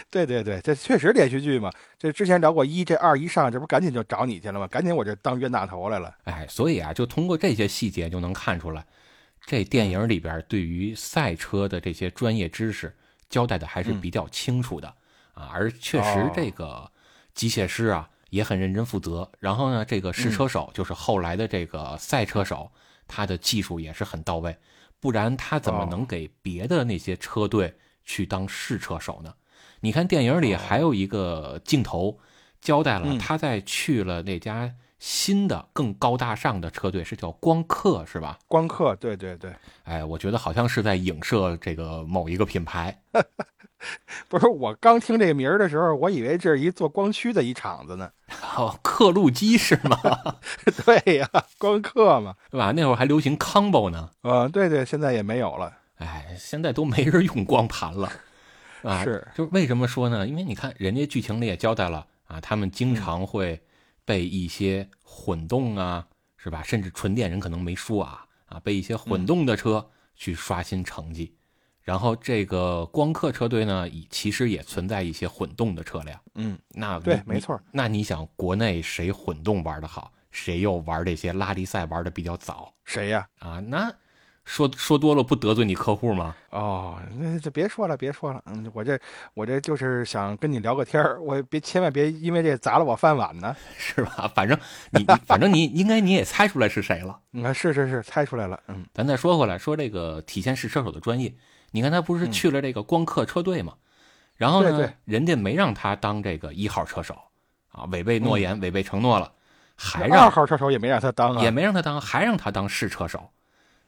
对对对，这确实连续剧嘛。这之前聊过一，这二一上，这不赶紧就找你去了吗？赶紧我这当冤大头来了。哎，所以啊，就通过这些细节就能看出来，这电影里边对于赛车的这些专业知识交代的还是比较清楚的、啊。而确实哦，这个机械师啊也很认真负责。然后呢，这个试车手、就是后来的这个赛车手，他的技术也是很到位，不然他怎么哦能给别的那些车队去当试车手呢？你看电影里还有一个镜头交代了哦嗯他在去了那家新的更高大上的车队，是叫光刻是吧？光刻，对对对，哎，我觉得好像是在影射这个某一个品牌。不是我刚听这个名儿的时候，我以为这是一做光驱的一 厂子呢。哦，刻录机是吗？ 对呀、光刻嘛，对吧？那会儿还流行 combo 呢。嗯，对对，现在也没有了。哎，现在都没人用光盘了，啊，是，就是为什么说呢？因为你看，人家剧情里也交代了啊，他们经常会被一些混动啊，是吧？甚至纯电人可能没说啊，啊，被一些混动的车去刷新成嗯绩。然后这个光刻车队呢，以其实也存在一些混动的车辆。嗯，那对你没错你那你想，国内谁混动玩的好，谁又玩这些拉力赛玩的比较早谁呀、啊？那说说多了不得罪你客户吗？哦，那就别说了，别说了。嗯，我这我这就是想跟你聊个天儿，我别千万别因为这砸了我饭碗呢。 是吧？反正你，你反正你应该你也猜出来是谁了。嗯，是是是，猜出来了。嗯，咱再说回来，说这个体现试车手的专业，你看他不是去了这个光刻车队嘛？然后呢，嗯对对人家没让他当这个一号车手啊，违背诺言，违背承诺了，还嗯二让号车手也没让他当啊。也没让他当，还让他当试车手，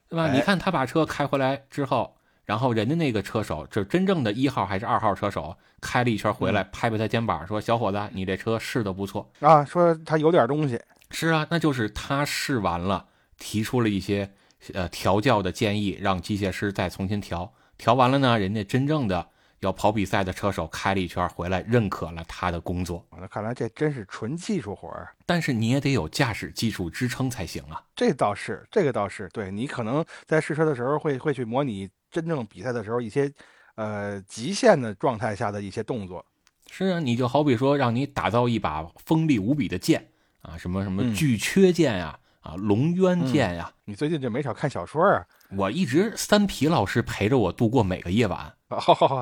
对吧？哎你看他把车开回来之后，然后人家那个车手，就真正的一号还是二号车手，开了一圈回来，嗯拍拍他肩膀说：“小伙子，你这车试的不错，啊，说他有点东西。是啊，那就是他试完了，提出了一些呃调教的建议，让机械师再重新调。调完了呢，人家真正的要跑比赛的车手开了一圈回来，认可了他的工作。那看来这真是纯技术活儿。但是你也得有驾驶技术支撑才行啊。这倒是，这个倒是，对你可能在试车的时候会会去模拟真正比赛的时候一些，呃，极限的状态下的一些动作。是啊，你就好比说让你打造一把锋利无比的剑啊，什么什么嗯巨阙剑呀、啊，龙渊剑呀、你最近这没少看小说啊？我一直三皮老师陪着我度过每个夜晚。哦，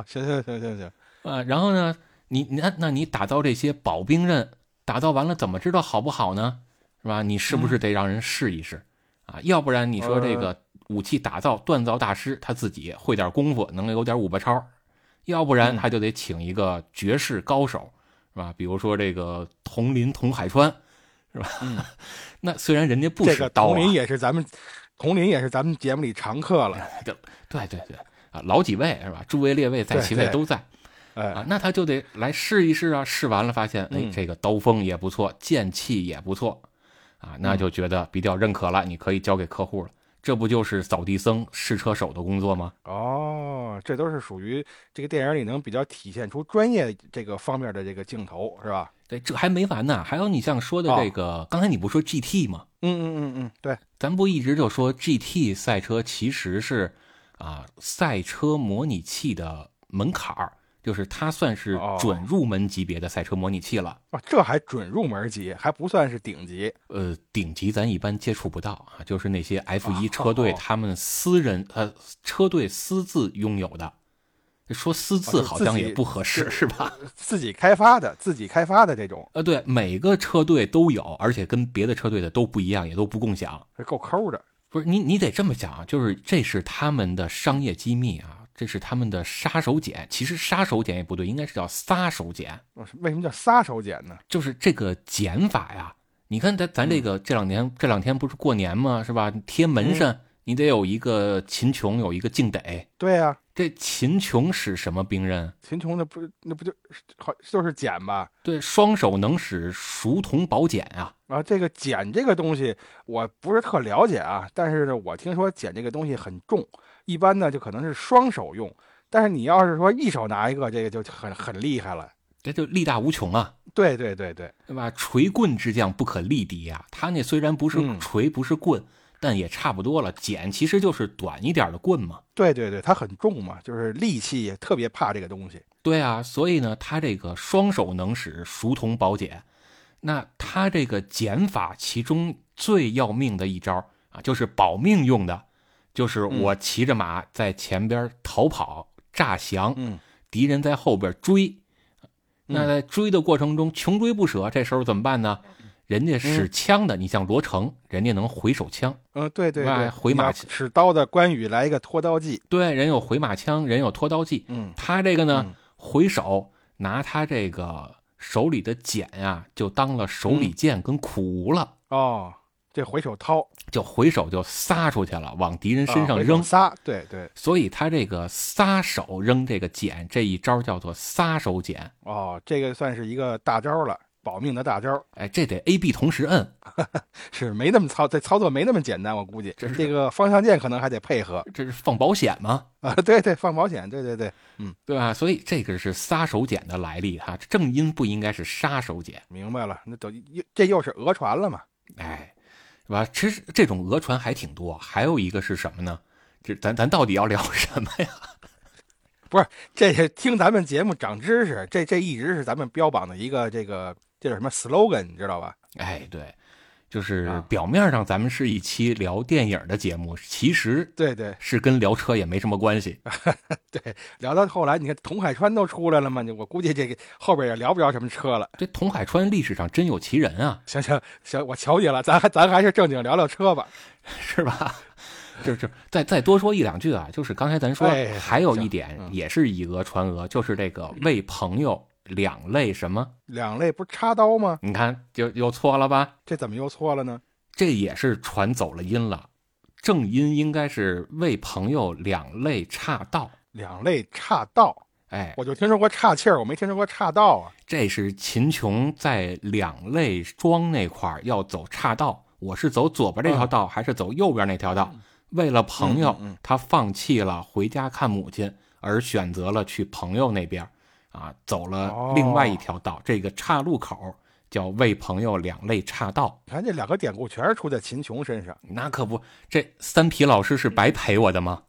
行行行行行，啊，然后呢，你你那那你打造这些保兵刃，打造完了怎么知道好不好呢？是吧？你是不嗯是得让人试一试、啊？要不然你说这呃个武器打造锻造大师他自己会点功夫，能有点五八超，要不然嗯他就得请一个绝世高手，是吧？比如说这个佟林、佟海川，是吧？嗯 那虽然人家不这使个刀啊，佟林也是咱们，佟林也是咱们节目里常客了。对对对啊，老几位是吧？诸位列位在对其位对都在。啊哎，，那他就得来试一试啊。试完了发现，哎，嗯这个刀锋也不错，剑气也不错，啊，那嗯就觉得比较认可了，你可以交给客户了。这不就是扫地僧、试车手的工作吗？哦，这都是属于这个电影里能比较体现出专业这个方面的这个镜头，是吧？对，这还没完呢。还有你像说的哦这个，刚才你不说 GT 吗？嗯嗯嗯嗯，对，咱不一直就说 GT 赛车其实是啊赛车模拟器的门槛儿，就是它算是哦准入门级别的赛车模拟器了。哇，这还准入门级，还不算是顶级。呃，顶级咱一般接触不到啊，就是那些 F 一哦车队他们私人、呃车队私自拥有的，说私自哦就是好自像己也不合适，是 吧？自己开发的，自己开发的这种，呃，对，每个车队都有，而且跟别的车队的都不一样，也都不共享。这够抠的。不是你，你得这么想啊，就是这是他们的商业机密啊，这是他们的杀手锏。其实杀手锏也不对，应该是叫撒手锏。我说为什么叫撒手锏呢？就是这个减法呀。你看咱咱这个这两年这两天不是过年吗？是吧？贴门上、你得有一个秦琼，有一个敬得。对呀、这秦琼使什么兵刃？啊秦琼那不那不就好就是锏吧？对，双手能使熟铜宝剑啊。啊，这个锏这个东西我不是特了解啊，但是呢，我听说锏这个东西很重，一般呢就可能是双手用，但是你要是说一手拿一个，这个就很很厉害了。这就力大无穷啊，对对对对，对吧？锤棍之将不可力敌啊。他那虽然不是嗯锤，不是棍，但也差不多了。剪其实就是短一点的棍嘛。对对对，它很重嘛，就是力气也特别怕这个东西。对啊，所以呢，他这个双手能使，孰童宝简。那他这个减法其中最要命的一招啊，就是保命用的，就是我骑着马在前边逃跑、诈降，嗯敌人在后边追。那嗯在追的过程中，穷追不舍，这时候怎么办呢？人家使枪的，你像罗成，人家能回手枪，嗯，对对外对，回你要马去使刀的关羽来一个拖刀计，对，人有回马枪，人有拖刀计，嗯他这个呢嗯，回手拿他这个手里的锏呀、就当了手里剑跟苦无了，哦，这回手掏就回手就撒出去了，往敌人身啊上回扔。手仨，对对，所以他这个撒手扔这个锏这一招叫做撒手锏。哦，这个算是一个大招了，保命的大招，哎，这得 A B 同时摁，是没那么操，这操作没那么简单，我估计这是这个方向键可能还得配合这是放保险吗？啊，对对，放保险，对对对，对吧？所以这个是撒手锏的来历哈，正音不应该是杀手锏，明白了，那等于这又是讹传了嘛，哎，是吧？其实这种讹传还挺多，还有一个是什么呢？这咱咱到底要聊什么呀？这也听咱们节目长知识，这这一直是咱们标榜的一个这个这叫什么 slogan，你知道吧？哎，对，就是啊表面上咱们是一期聊电影的节目，其实对对是跟聊车也没什么关系。啊对，聊到后来，你看佟海川都出来了嘛，你我估计这个后边也聊不着什么车了。这佟海川历史上真有其人啊， 行行行，我求你了，咱还咱还是正经聊聊车吧。是吧？ 就是就是再再多说一两句啊，就是刚才咱说，哎还有一行点嗯也是以讹传讹，就是这个为朋友两肋什么？两肋不是插刀吗？你看就又错了吧？这怎么又错了呢？这也是传走了音了，正音应该是为朋友两肋插道。两肋插道，哎，我就听说过岔气儿，我没听说过插道啊。这是秦琼在两肋庄那块儿要走岔道，我是走左边这条道、还是走右边那条道？为了朋友，嗯嗯嗯嗯他放弃了回家看母亲，而选择了去朋友那边儿，啊，走哦了另外一条道。这个岔路口叫为朋友两肋岔道。你看这两个典故全是出在秦琼身上。那可不，这三皮老师是嗯白陪我的吗？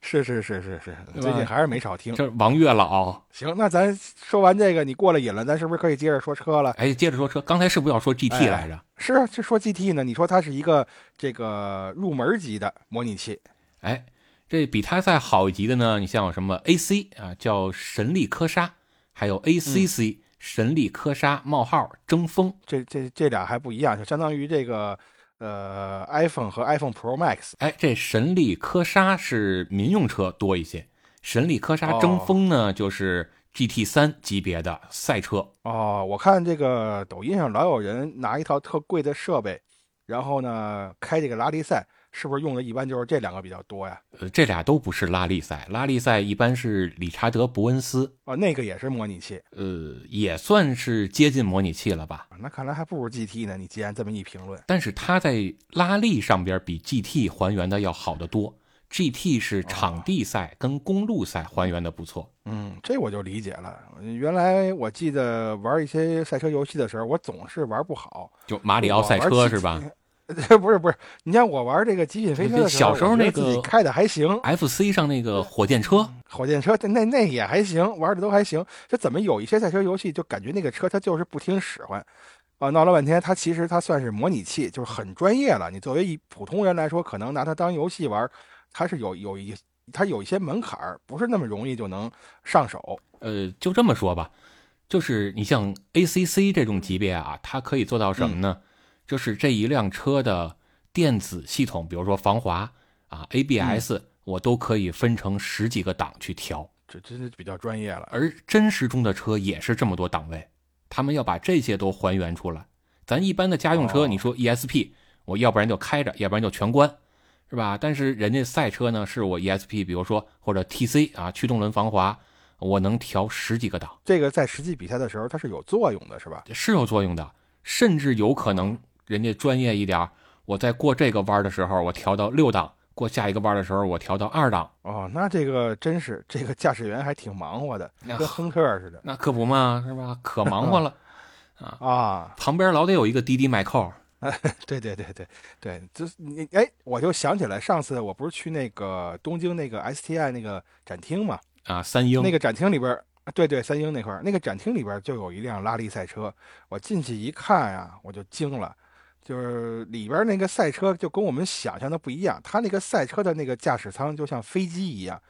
是是是是是，对吧最近还是没少听。这王月老，行，那咱说完这个，你过了瘾了，咱是不是可以接着说车了？哎，接着说车，刚才是不是要说 GT 哎来着？是啊，这说 GT 呢，你说它是一个这个入门级的模拟器，哎，这比它再好一级的呢，你像有什么 AC 啊，叫神力科莎，还有 ACC、神力科莎冒号争锋。这这这俩还不一样，就相当于这个呃 iPhone 和 iPhone Pro Max 哎，这神力科莎是民用车多一些，神力科莎哦争锋呢、就是 GT 三级别的赛车。哦。我看这个抖音上老有人拿一套特贵的设备，然后呢开这个拉力赛，是不是用的一般就是这两个比较多呀？呃，这俩都不是拉力赛，拉力赛一般是理查德·伯恩斯，哦，那个也是模拟器呃，也算是接近模拟器了吧。啊，那看来还不如 GT 呢。你既然这么一评论，但是它在拉力上边比 GT 还原的要好得多。GT 是场地赛跟公路赛还原的不错，嗯，这我就理解了。原来我记得玩一些赛车游戏的时候，我总是玩不好。 就马里奥赛我车玩是吧不是不是，你像我玩这个极品飞车的时小候，时候那个我觉得自己开的还行， ？FC 上那个火箭车，火箭车那那也还行，玩的都还行。这怎么有一些赛车游戏就感觉那个车它就是不听使唤啊？闹了半天，它其实它算是模拟器，就是很专业了。你作为一普通人来说，可能拿它当游戏玩，它是有有一它有一些门槛儿，不是那么容易就能上手。呃，就这么说吧，就是你像 ACC 这种级别啊，它可以做到什么呢？就是这一辆车的电子系统，比如说防滑啊、ABS，、我都可以分成十几个档去调。这真是比较专业了。而真实中的车也是这么多档位，他们要把这些都还原出来。咱一般的家用车，哦你说 ESP，我要不然就开着，要不然就全关，是吧？但是人家赛车呢，是我 ESP，比如说或者 TC 啊，驱动轮防滑，我能调十几个档，这个在实际比赛的时候它是有作用的，是吧？是有作用的。甚至有可能人家专业一点儿，我在过这个弯儿的时候，我调到六档；过下一个弯儿的时候，我调到二档。哦，那这个真是这个驾驶员还挺忙活的，那跟亨特似的那可不嘛，是吧？可忙 活了，啊。旁边老得有一个滴滴买扣。对对对对对，就是你哎，我就想起来上次我不是去那个东京那个 STI 那个展厅嘛，啊，三英那个展厅里边儿，对对，三英那块儿，那个展厅里边儿就有一辆拉力赛车。我进去一看啊，我就惊了，就是里边儿那个赛车就跟我们想象的不一样，它那个赛车的那个驾驶舱就像飞机一样，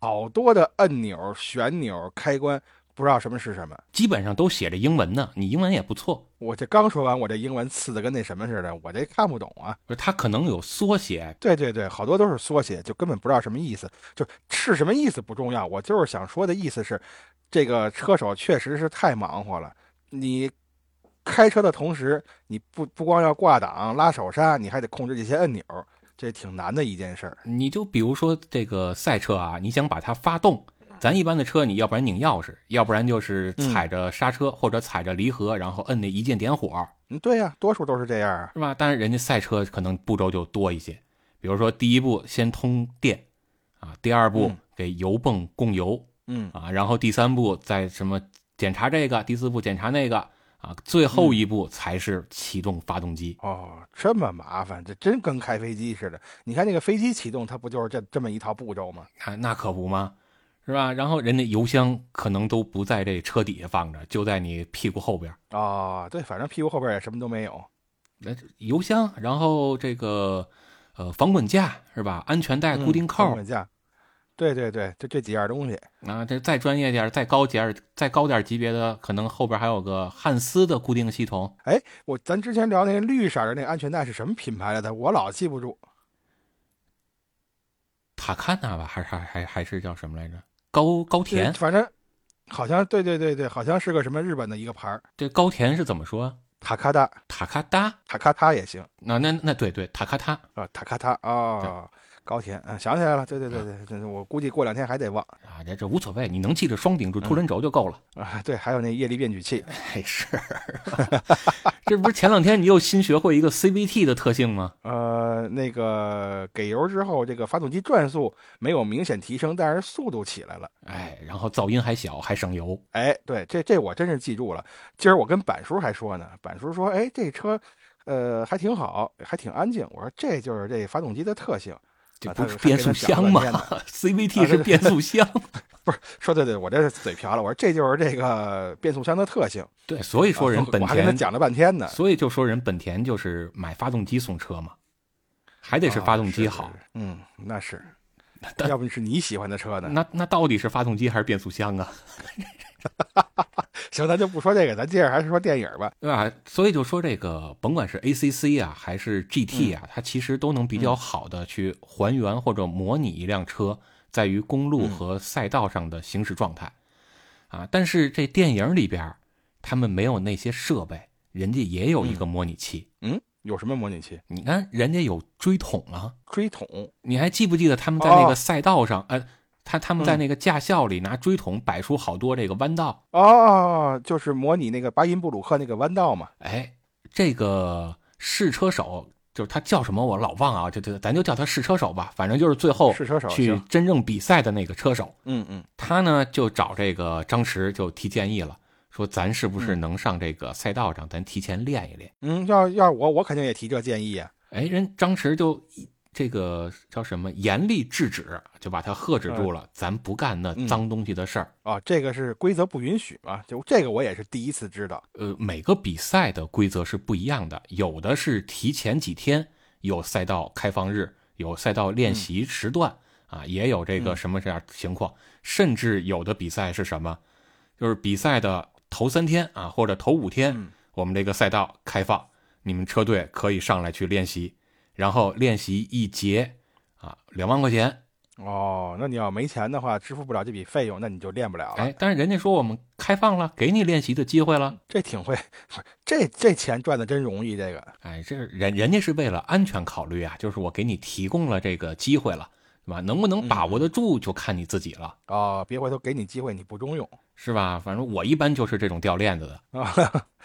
好多的按钮、旋钮、开关，不知道什么是什么。基本上都写着英文呢，你英文也不错。我这刚说完，我这英文次的跟那什么似的，我这看不懂啊。它可能有缩写，对对对，好多都是缩写，就根本不知道什么意思。就是什么意思不重要，我就是想说的意思是，这个车手确实是太忙活了。你开车的同时，你不不光要挂档、拉手刹，你还得控制这些按钮，这挺难的一件事儿。你就比如说这个赛车啊，你想把它发动，咱一般的车你要不然拧钥匙，要不然就是踩着刹车、或者踩着离合，然后摁那一键点火，嗯，对呀、多数都是这样啊。是吧？但是人家赛车可能步骤就多一些，比如说第一步先通电啊，第二步嗯给油泵供油，嗯，啊，然后第三步再什么检查这个，第四步检查那个啊，最后一步才是启动发动机。哦，这么麻烦，这真跟开飞机似的。你看那个飞机启动，它不就是这这么一套步骤吗？啊，那可不嘛，是吧？然后人家油箱可能都不在这车底下放着，就在你屁股后边儿。哦，对，反正屁股后边也什么都没有。那油箱，然后这个呃防滚架是吧？安全带、固定嗯扣稳架。对对对，就这几样东西。啊，这再专业点儿、再高级点儿、再高点儿级别的，可能后边还有个汉斯的固定系统。哎，我咱之前聊那个绿色的那个安全带是什么品牌来的？我老记不住。塔坎纳吧，还是还还还是叫什么来着？高高田，反正好像对对对对，好像是个什么日本的一个牌儿，这高田是怎么说啊？塔卡达、塔卡达，塔卡塔也行那那那对对，塔卡塔，啊，塔卡塔啊、哦，高田啊，想起来了，对对对对，这我估计过两天还得忘啊，这这无所谓，你能记着双顶柱凸轮轴就够了。啊。对，还有那液力变矩器，哎，是， 这不是前两天你又新学会一个 CVT 的特性吗？呃，那个给油之后，这个发动机转速没有明显提升，但是速度起来了。哎，然后噪音还小，还省油。哎，对，这这我真是记住了。今儿我跟板叔还说呢，板叔说，哎，这车，呃，还挺好，还挺安静。我说这就是这发动机的特性。这啊不他是还变跟速他讲箱了吗半天 啊？CVT 是变速箱。 说对对，我这是嘴瓢了。我说这就是这个变速箱的特性。对，所以说人啊本我还跟他田，讲了半天呢，所以就说人本田就是买发动机送车嘛，还得是发动机啊好。。是是嗯，那是。要不是你喜欢的车呢？那那到底是发动机还是变速箱啊？行，咱就不说这个，咱接着还是说电影吧。对吧？所以就说这个，甭管是 ACC 啊，还是 GT 嗯啊，它其实都能比较好的去还原或者模拟一辆车在于公嗯路和赛道上的行驶状态啊。但是这电影里边儿，他们没有那些设备，人家也有一个模拟器。嗯，有什么模拟器？你看，人家有追桶啊，锥桶。你还记不记得他们在那个哦嗯赛道上，呃，他他们在那个驾校里拿锥桶摆出好多这个弯道，哦，就是模拟那个巴音布鲁克那个弯道嘛。哎，这个试车手就是他叫什么我老忘啊，这这咱就叫他试车手吧，反正就是最后试车手去行真正比赛的那个车手，嗯嗯，他呢就找这个张弛就提建议了，说咱是不是能上这个赛道上，咱提前练一练。嗯，要要我我肯定也提这建议啊。哎，人张弛就一这个叫什么严厉制止，就把他喝止住了，嗯咱不干那脏东西的事儿。啊，这个是规则不允许嘛？就这个我也是第一次知道。呃，每个比赛的规则是不一样的，有的是提前几天有赛道开放日，有赛道练习时段、啊，也有这个什么这样情况，甚至有的比赛是什么，就是比赛的头三天啊，或者头五天，嗯我们这个赛道开放，你们车队可以上来去练习，然后练习一节啊，两万块钱，哦，那你要没钱的话，支付不了这笔费用，那你就练不了了。哎，但是人家说我们开放了，给你练习的机会了。这挺会， 不是这这钱赚的真容易。这个，哎，这人人家是为了安全考虑啊，就是我给你提供了这个机会了，对吧？能不能嗯把握得住就看你自己了，哦，别回头给你机会你不中用 是吧？反正我一般就是这种掉链子的。啊。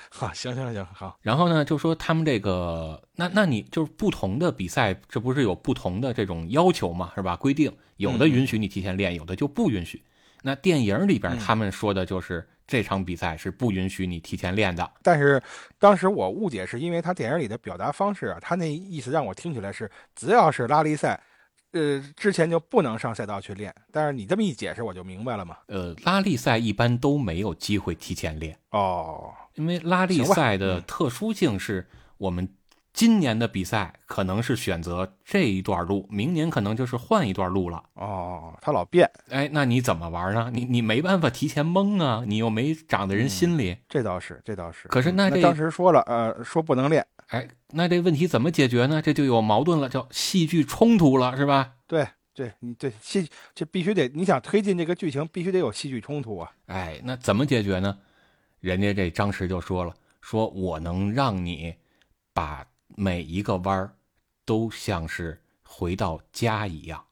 好，行行行，好，然后呢，就说他们这个，那那你就是不同的比赛，这不是有不同的这种要求嘛，是吧？规定有的嗯嗯允许你提前练，有的就不允许。那电影里嗯边他们说的就是这场比赛是不允许你提前练的，但是当时我误解是因为他电影里的表达方式啊，他那意思让我听起来是，只要是拉力赛，呃之前就不能上赛道去练。但是你这么一解释，我就明白了嘛。呃，拉力赛一般都没有机会提前练，哦，因为拉力赛的特殊性是我们今年的比赛可能是选择这一段路，明年可能就是换一段路了。哦，他老变，哎，那你怎么玩呢？你你没办法提前蒙啊，你又没长在人心里。这倒是，这倒是。嗯可是那这当时说了，呃，说不能练，哎，那这问题怎么解决呢？这就有矛盾了，叫戏剧冲突了，是吧？对对，你对戏这必须得，你想推进这个剧情，必须得有戏剧冲突啊。哎，那怎么解决呢？人家这张弛就说了，说我能让你把每一个弯儿都像是回到家一样。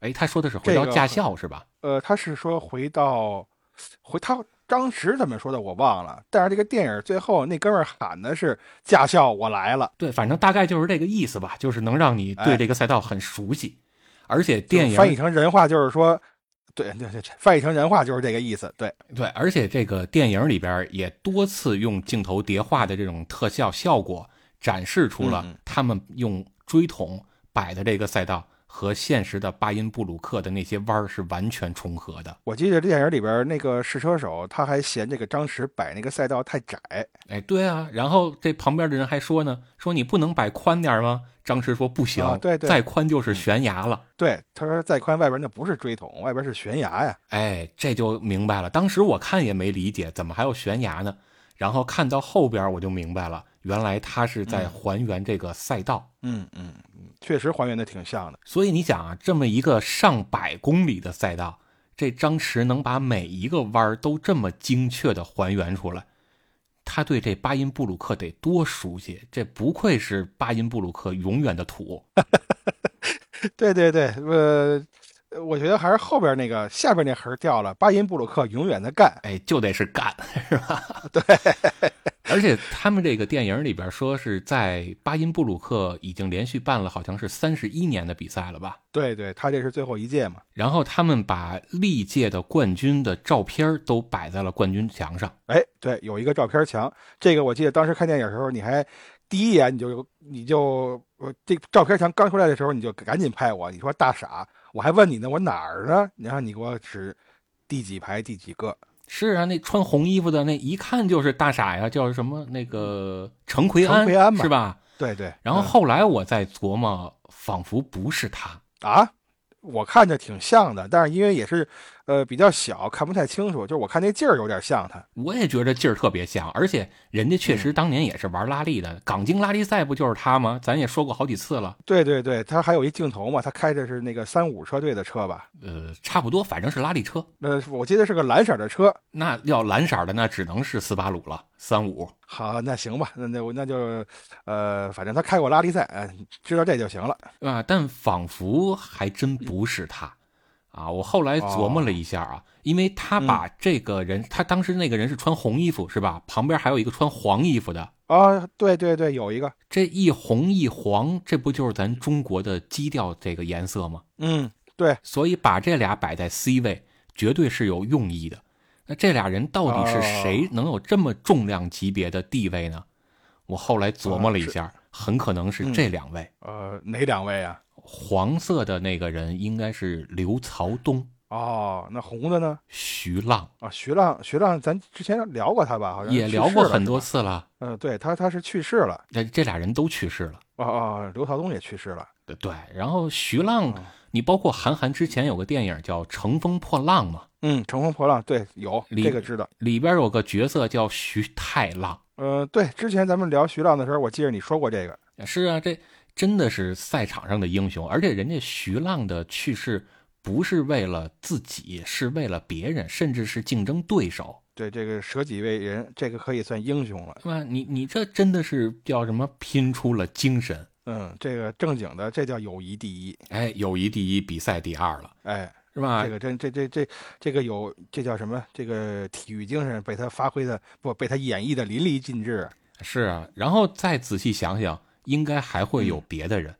哎，他说的是回到这个驾校、是吧？呃，他是说回到回他当时怎么说的我忘了，但是这个电影最后那哥们儿喊的是“驾校我来了对，反正大概就是这个意思吧，就是能让你对哎这个赛道很熟悉，而且”，电影翻译成人话就是说，对对对，翻译成人话就是这个意思。对，对，而且这个电影里边也多次用镜头叠化的这种特效效果，展示出了嗯嗯他们用锥桶摆的这个赛道和现实的巴音布鲁克的那些弯儿是完全重合的。我记得这电影里边那个试车手他还嫌这个张弛摆那个赛道太窄，哎，对啊，然后这旁边的人还说呢，说你不能摆宽点儿吗？张弛说不行，啊对对再宽就是悬崖了。对，他说再宽外边那不是锥桶，外边是悬崖呀。哎，这就明白了。当时我看也没理解，怎么还有悬崖呢？然后看到后边我就明白了，原来他是在嗯还原这个赛道。嗯嗯嗯，确实还原的挺像的。 所以你想啊，这么一个上百公里的赛道，这张弛能把每一个弯儿都这么精确的还原出来，他对这巴音布鲁克得多熟悉，这不愧是巴音布鲁克永远的土。对对对，呃，我觉得还是后边那个下边那横儿掉了，巴音布鲁克永远的干。哎，就得是干，是吧？对。而且他们这个电影里边说是在巴音布鲁克已经连续办了好像是三十一年的比赛了吧？对对，他这是最后一届嘛。然后他们把历届的冠军的照片儿都摆在了冠军墙上。哎，对，有一个照片墙，这个我记得当时看电影的时候，你还第一眼你就你就我这个照片墙刚出来的时候，你就赶紧拍我，你说大傻，我还问你呢，我哪儿呢？你让你给我指第几排第几个？是啊，那穿红衣服的那一看就是大傻呀，叫什么那个程奎安，程嗯奎安嘛是吧？对对，然后嗯后来我在琢磨，仿佛不是他。啊，我看着挺像的，但是因为也是，呃，比较小，看不太清楚。就是我看那劲儿有点像他。我也觉得劲儿特别像，而且人家嗯确实当年也是玩拉力的，港京拉力赛不就是他吗？咱也说过好几次了，对对对，他还有一镜头嘛，他开的是那个三五车队的车吧？呃，差不多，反正是拉力车。呃，我记得是个蓝色的车。那要蓝色的，那只能是斯巴鲁了，三五。好，那行吧，那那我那就，呃，反正他开过拉力赛，呃知道这就行了。啊，但仿佛还真不是他啊！我后来琢磨了一下啊，因为他把这个人，他当时那个人是穿红衣服是吧？旁边还有一个穿黄衣服的，啊，对对对，有一个，这一红一黄，这不就是咱中国的基调这个颜色吗？嗯，对，所以把这俩摆在 C 位，绝对是有用意的。那这俩人到底是谁能有这么重量级别的地位呢？我后来琢磨了一下，很可能是这两位。呃，哪两位啊？黄色的那个人应该是刘曹东，哦，那红的呢？徐浪啊，徐浪，徐浪，咱之前聊过他吧？好像也去聊世过了很是多吧。次了，嗯、对他，他是去世了。这这俩人都去世了。哦哦，刘朝东也去世了。对，然后徐浪，哦你包括韩寒之前有个电影叫《乘风破浪》嘛，嗯，乘风破浪，对，有李这个知道。里边有个角色叫徐太浪。呃，对，之前咱们聊徐浪的时候，我记着你说过这个。是啊，这真的是赛场上的英雄，而且人家徐浪的去世不是为了自己，是为了别人，甚至是竞争对手。对，这个舍己为人，这个可以算英雄了。对吧？你你这真的是叫什么？拼出了精神，嗯，这个正经的，这叫友谊第一。哎，友谊第一，比赛第二了，哎，是吧？这个真这这这这个有这叫什么？这个体育精神被他发挥的不被他演绎的淋漓尽致。是啊，然后再仔细想想，应该还会有别的人，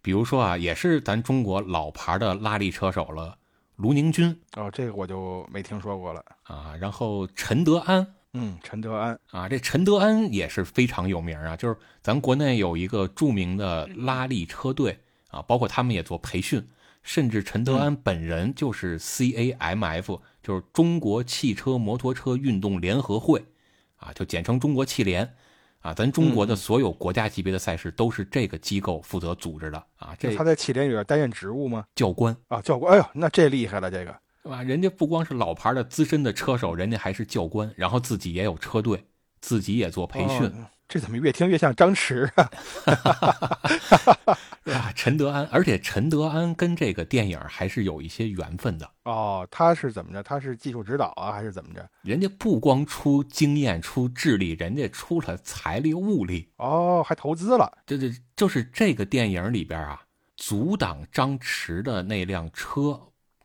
比如说啊，也是咱中国老牌的拉力车手了，卢宁军哦，这个我就没听说过了。啊，然后陈德安嗯，陈德安啊，这陈德安也是非常有名啊，就是咱国内有一个著名的拉力车队啊，包括他们也做培训，甚至陈德安本人就是 CAMF，、就是中国汽车摩托车运动联合会，啊，就简称中国汽联，啊，咱中国的所有国家级别的赛事都是这个机构负责组织的啊，这就他在汽联里边担任职务吗？教官啊，教官，哎呦，那这厉害了，这个啊，人家不光是老牌的资深的车手，人家还是教官，然后自己也有车队，自己也做培训，哦这怎么越听越像张弛啊？啊，陈德安，而且陈德安跟这个电影还是有一些缘分的。哦，他是怎么着？他是技术指导啊，还是怎么着？人家不光出经验、出智力，人家出了财力、物力。哦，还投资了。这这就是这个电影里边啊，阻挡张弛的那辆车，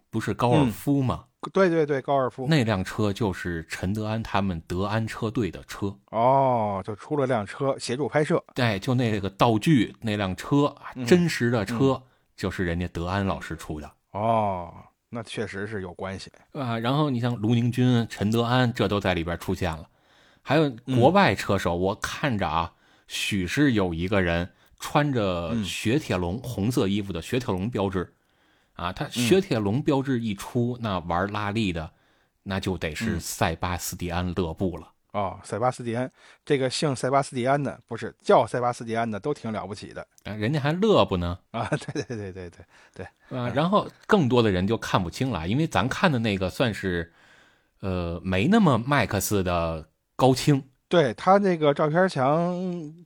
不是高尔嗯夫吗？对对对，高尔夫。那辆车就是陈德安他们德安车队的车。哦，就出了辆车协助拍摄。对，就那个道具，那辆车，啊嗯真实的车、就是人家德安老师出的。哦，那确实是有关系。啊，然后你像卢宁军、陈德安，这都在里边出现了。还有嗯国外车手，我看着啊，许是有一个人穿着嗯雪铁龙、红色衣服的雪铁龙标志，啊，嗯他雪铁龙标志一出，那玩拉力的，那就得是嗯塞巴斯蒂安·勒布了。哦，塞巴斯蒂安，这个姓塞巴斯蒂安的，不是叫塞巴斯蒂安的，都挺了不起的啊，人家还勒布呢，啊！ 对对对对对，啊，然后更多的人就看不清了，因为咱看的那个算是，呃，没那么 MAX 的高清，对他那个照片墙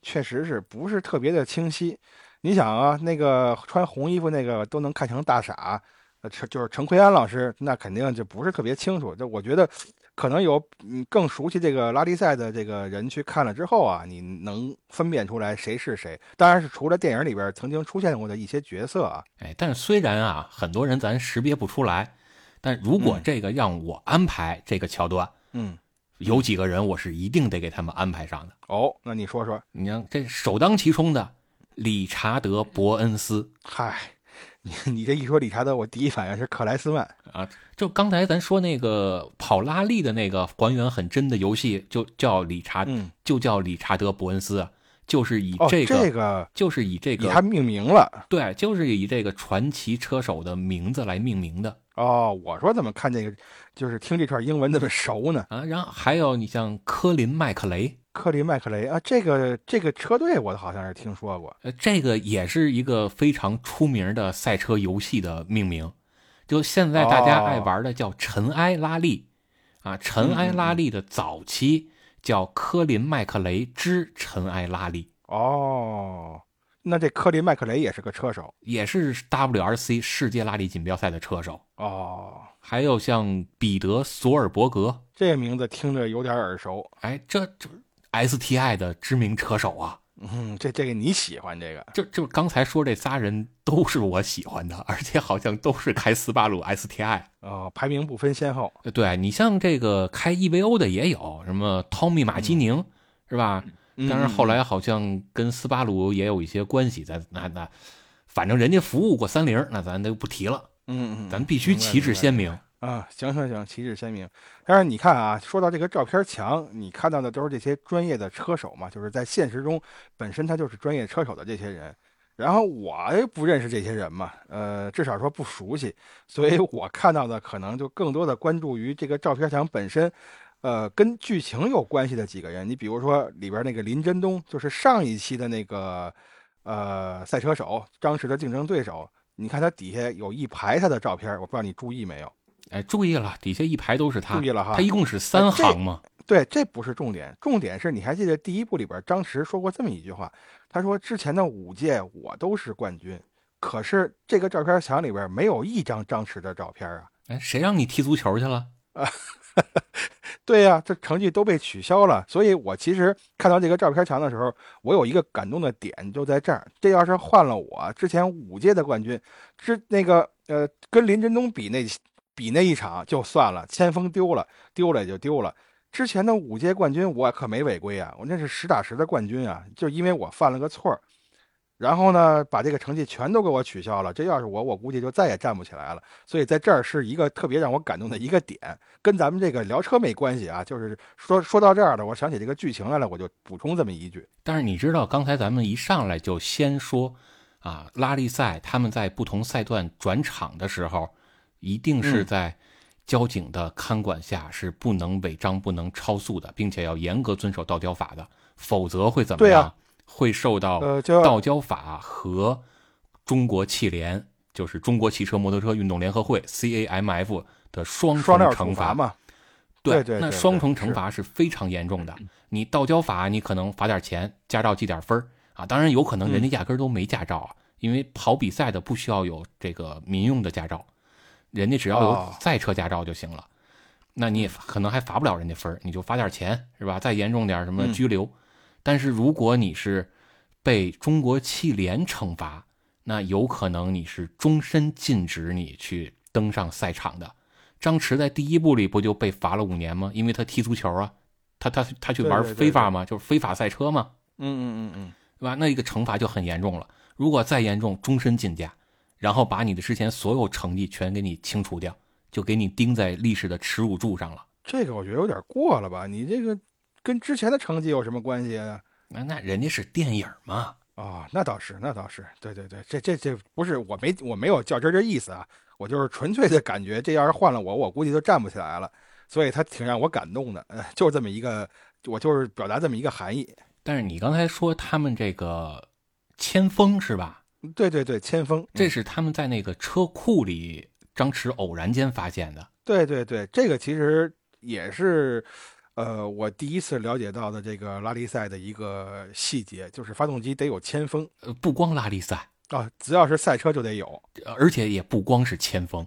确实是不是特别的清晰。你想啊，那个穿红衣服那个都能看成大傻，呃，陈就是陈奎安老师，那肯定就不是特别清楚。这我觉得，可能有嗯更熟悉这个拉力赛的这个人去看了之后啊，你能分辨出来谁是谁。当然是除了电影里边曾经出现过的一些角色啊，哎，但是虽然啊，很多人咱识别不出来，但如果嗯这个让我安排这个桥段，嗯，有几个人我是一定得给他们安排上的。哦，那你说说，你看，这首当其冲的理查德·伯恩斯嗨，你你这一说理查德，我第一反应是克莱斯曼，啊，就刚才咱说那个跑拉力的那个还原很真的游戏，就叫理查，嗯，就叫理查德·伯恩斯，啊，就是以哦，啊这个，这个就是以这以个，他命名了。对，就是以这个传奇车手的名字来命名的。哦，我说怎么看这个，就是听这串英文怎么熟呢？啊，然后还有你像科林·麦克雷，克林麦克雷啊，这个这个车队我好像是听说过。呃，这个也是一个非常出名的赛车游戏的命名，就现在大家爱玩的叫尘埃拉力，啊，尘埃拉力的早期叫科林麦克雷之尘埃拉力，哦，那这科林麦克雷也是个车手。也是 WRC 世界拉力锦标赛的车手。哦，还有像彼得·索尔伯格，这个名字听着有点耳熟。哎，这这 STI 的知名车手啊，嗯，这这个你喜欢这个？就就刚才说这仨人都是我喜欢的，而且好像都是开斯巴鲁 STI。哦，排名不分先后。呃对你像这个开 EVO 的也有什么汤米马嗯基宁、是吧？当然后来好像跟斯巴鲁也有一些关系，咱那那反正人家服务过三菱，那咱就不提了，嗯，嗯嗯，咱必须旗帜鲜明白。明白明。啊，行行行，旗帜鲜明。但是你看啊，说到这个照片墙，你看到的都是这些专业的车手嘛，就是在现实中本身他就是专业车手的这些人。然后我也不认识这些人嘛，呃，至少说不熟悉，所以我看到的可能就更多的关注于这个照片墙本身，呃，跟剧情有关系的几个人。你比如说里边那个林真东，就是上一期的那个呃赛车手张弛的竞争对手。你看他底下有一排他的照片，我不知道你注意没有。哎，注意了，底下一排都是他注，意了哈他，一共是三哎这行嘛。对，这不是重点，重点是你还记得第一部里边张弛说过这么一句话，他说之前的五届我都是冠军，可是这个照片墙里边没有一张张弛的照片啊。哎，谁让你踢足球去了？对呀、这成绩都被取消了，所以我其实看到这个照片墙的时候，我有一个感动的点就在这儿。这要是换了我之前五届的冠军，之那个呃跟林振东比那比那一场就算了，先锋丢了，丢了也就丢了。之前的五届冠军我可没违规啊，我那是实打实的冠军啊，就因为我犯了个错儿，然后呢把这个成绩全都给我取消了。这要是我，我估计就再也站不起来了。所以在这儿是一个特别让我感动的一个点。跟咱们这个聊车没关系啊，就是说说到这儿了，我想起这个剧情来了，我就补充这么一句。但是你知道，刚才咱们一上来就先说啊，拉力赛他们在不同赛段转场的时候，一定是嗯在交警的看管下，是不能违章、不能超速的，并且要严格遵守道交法的，否则会怎么对啊样？会受到呃就要道交法和中国汽联，就是中国汽车摩托车运动联合会 （CAMF） 的双重双料惩处罚罚。嘛，对对那对双对重惩是嗯罚是非常严重的。你道交法，你可能罚点钱，驾照记点分儿啊。当然，有可能人家嗯压根儿都没驾照啊，因为跑比赛的不需要有这个民用的驾照，人家只要有哦嗯赛车驾照就行了。那你也可能还罚不了人家分儿，你就罚点钱是吧？再严重点儿什么嗯拘留。但是如果你是被中国汽联惩罚，那有可能你是终身禁止你去登上赛场的。张弛在第一部里不就被罚了五年吗？因为他踢足球啊，他他他去玩对对对非法嘛，就是非法赛车嘛，嗯嗯嗯嗯，对吧？那一个惩罚就很严重了。如果再严重，终身禁驾，然后把你的之前所有成绩全给你清除掉，就给你钉在历史的耻辱柱上了。这个我觉得有点过了吧？你这个跟之前的成绩有什么关系呢？那那人家是电影嘛，啊、那倒是，那倒是，对对对，这这这不是我没我没有较真儿这意思啊，我就是纯粹的感觉，这要是换了我，我估计就站不起来了，所以他挺让我感动的，呃，就是这么一个，我就是表达这么一个含义。但是你刚才说他们这个千峰是吧？对对对，千峰，这嗯是他们在那个车库里，张弛偶然间发现的。对对对，这个其实也是，呃，我第一次了解到的这个拉力赛的一个细节，就是发动机得有千峰呃，不光拉力赛，啊，只要是赛车就得有。而且也不光是前锋，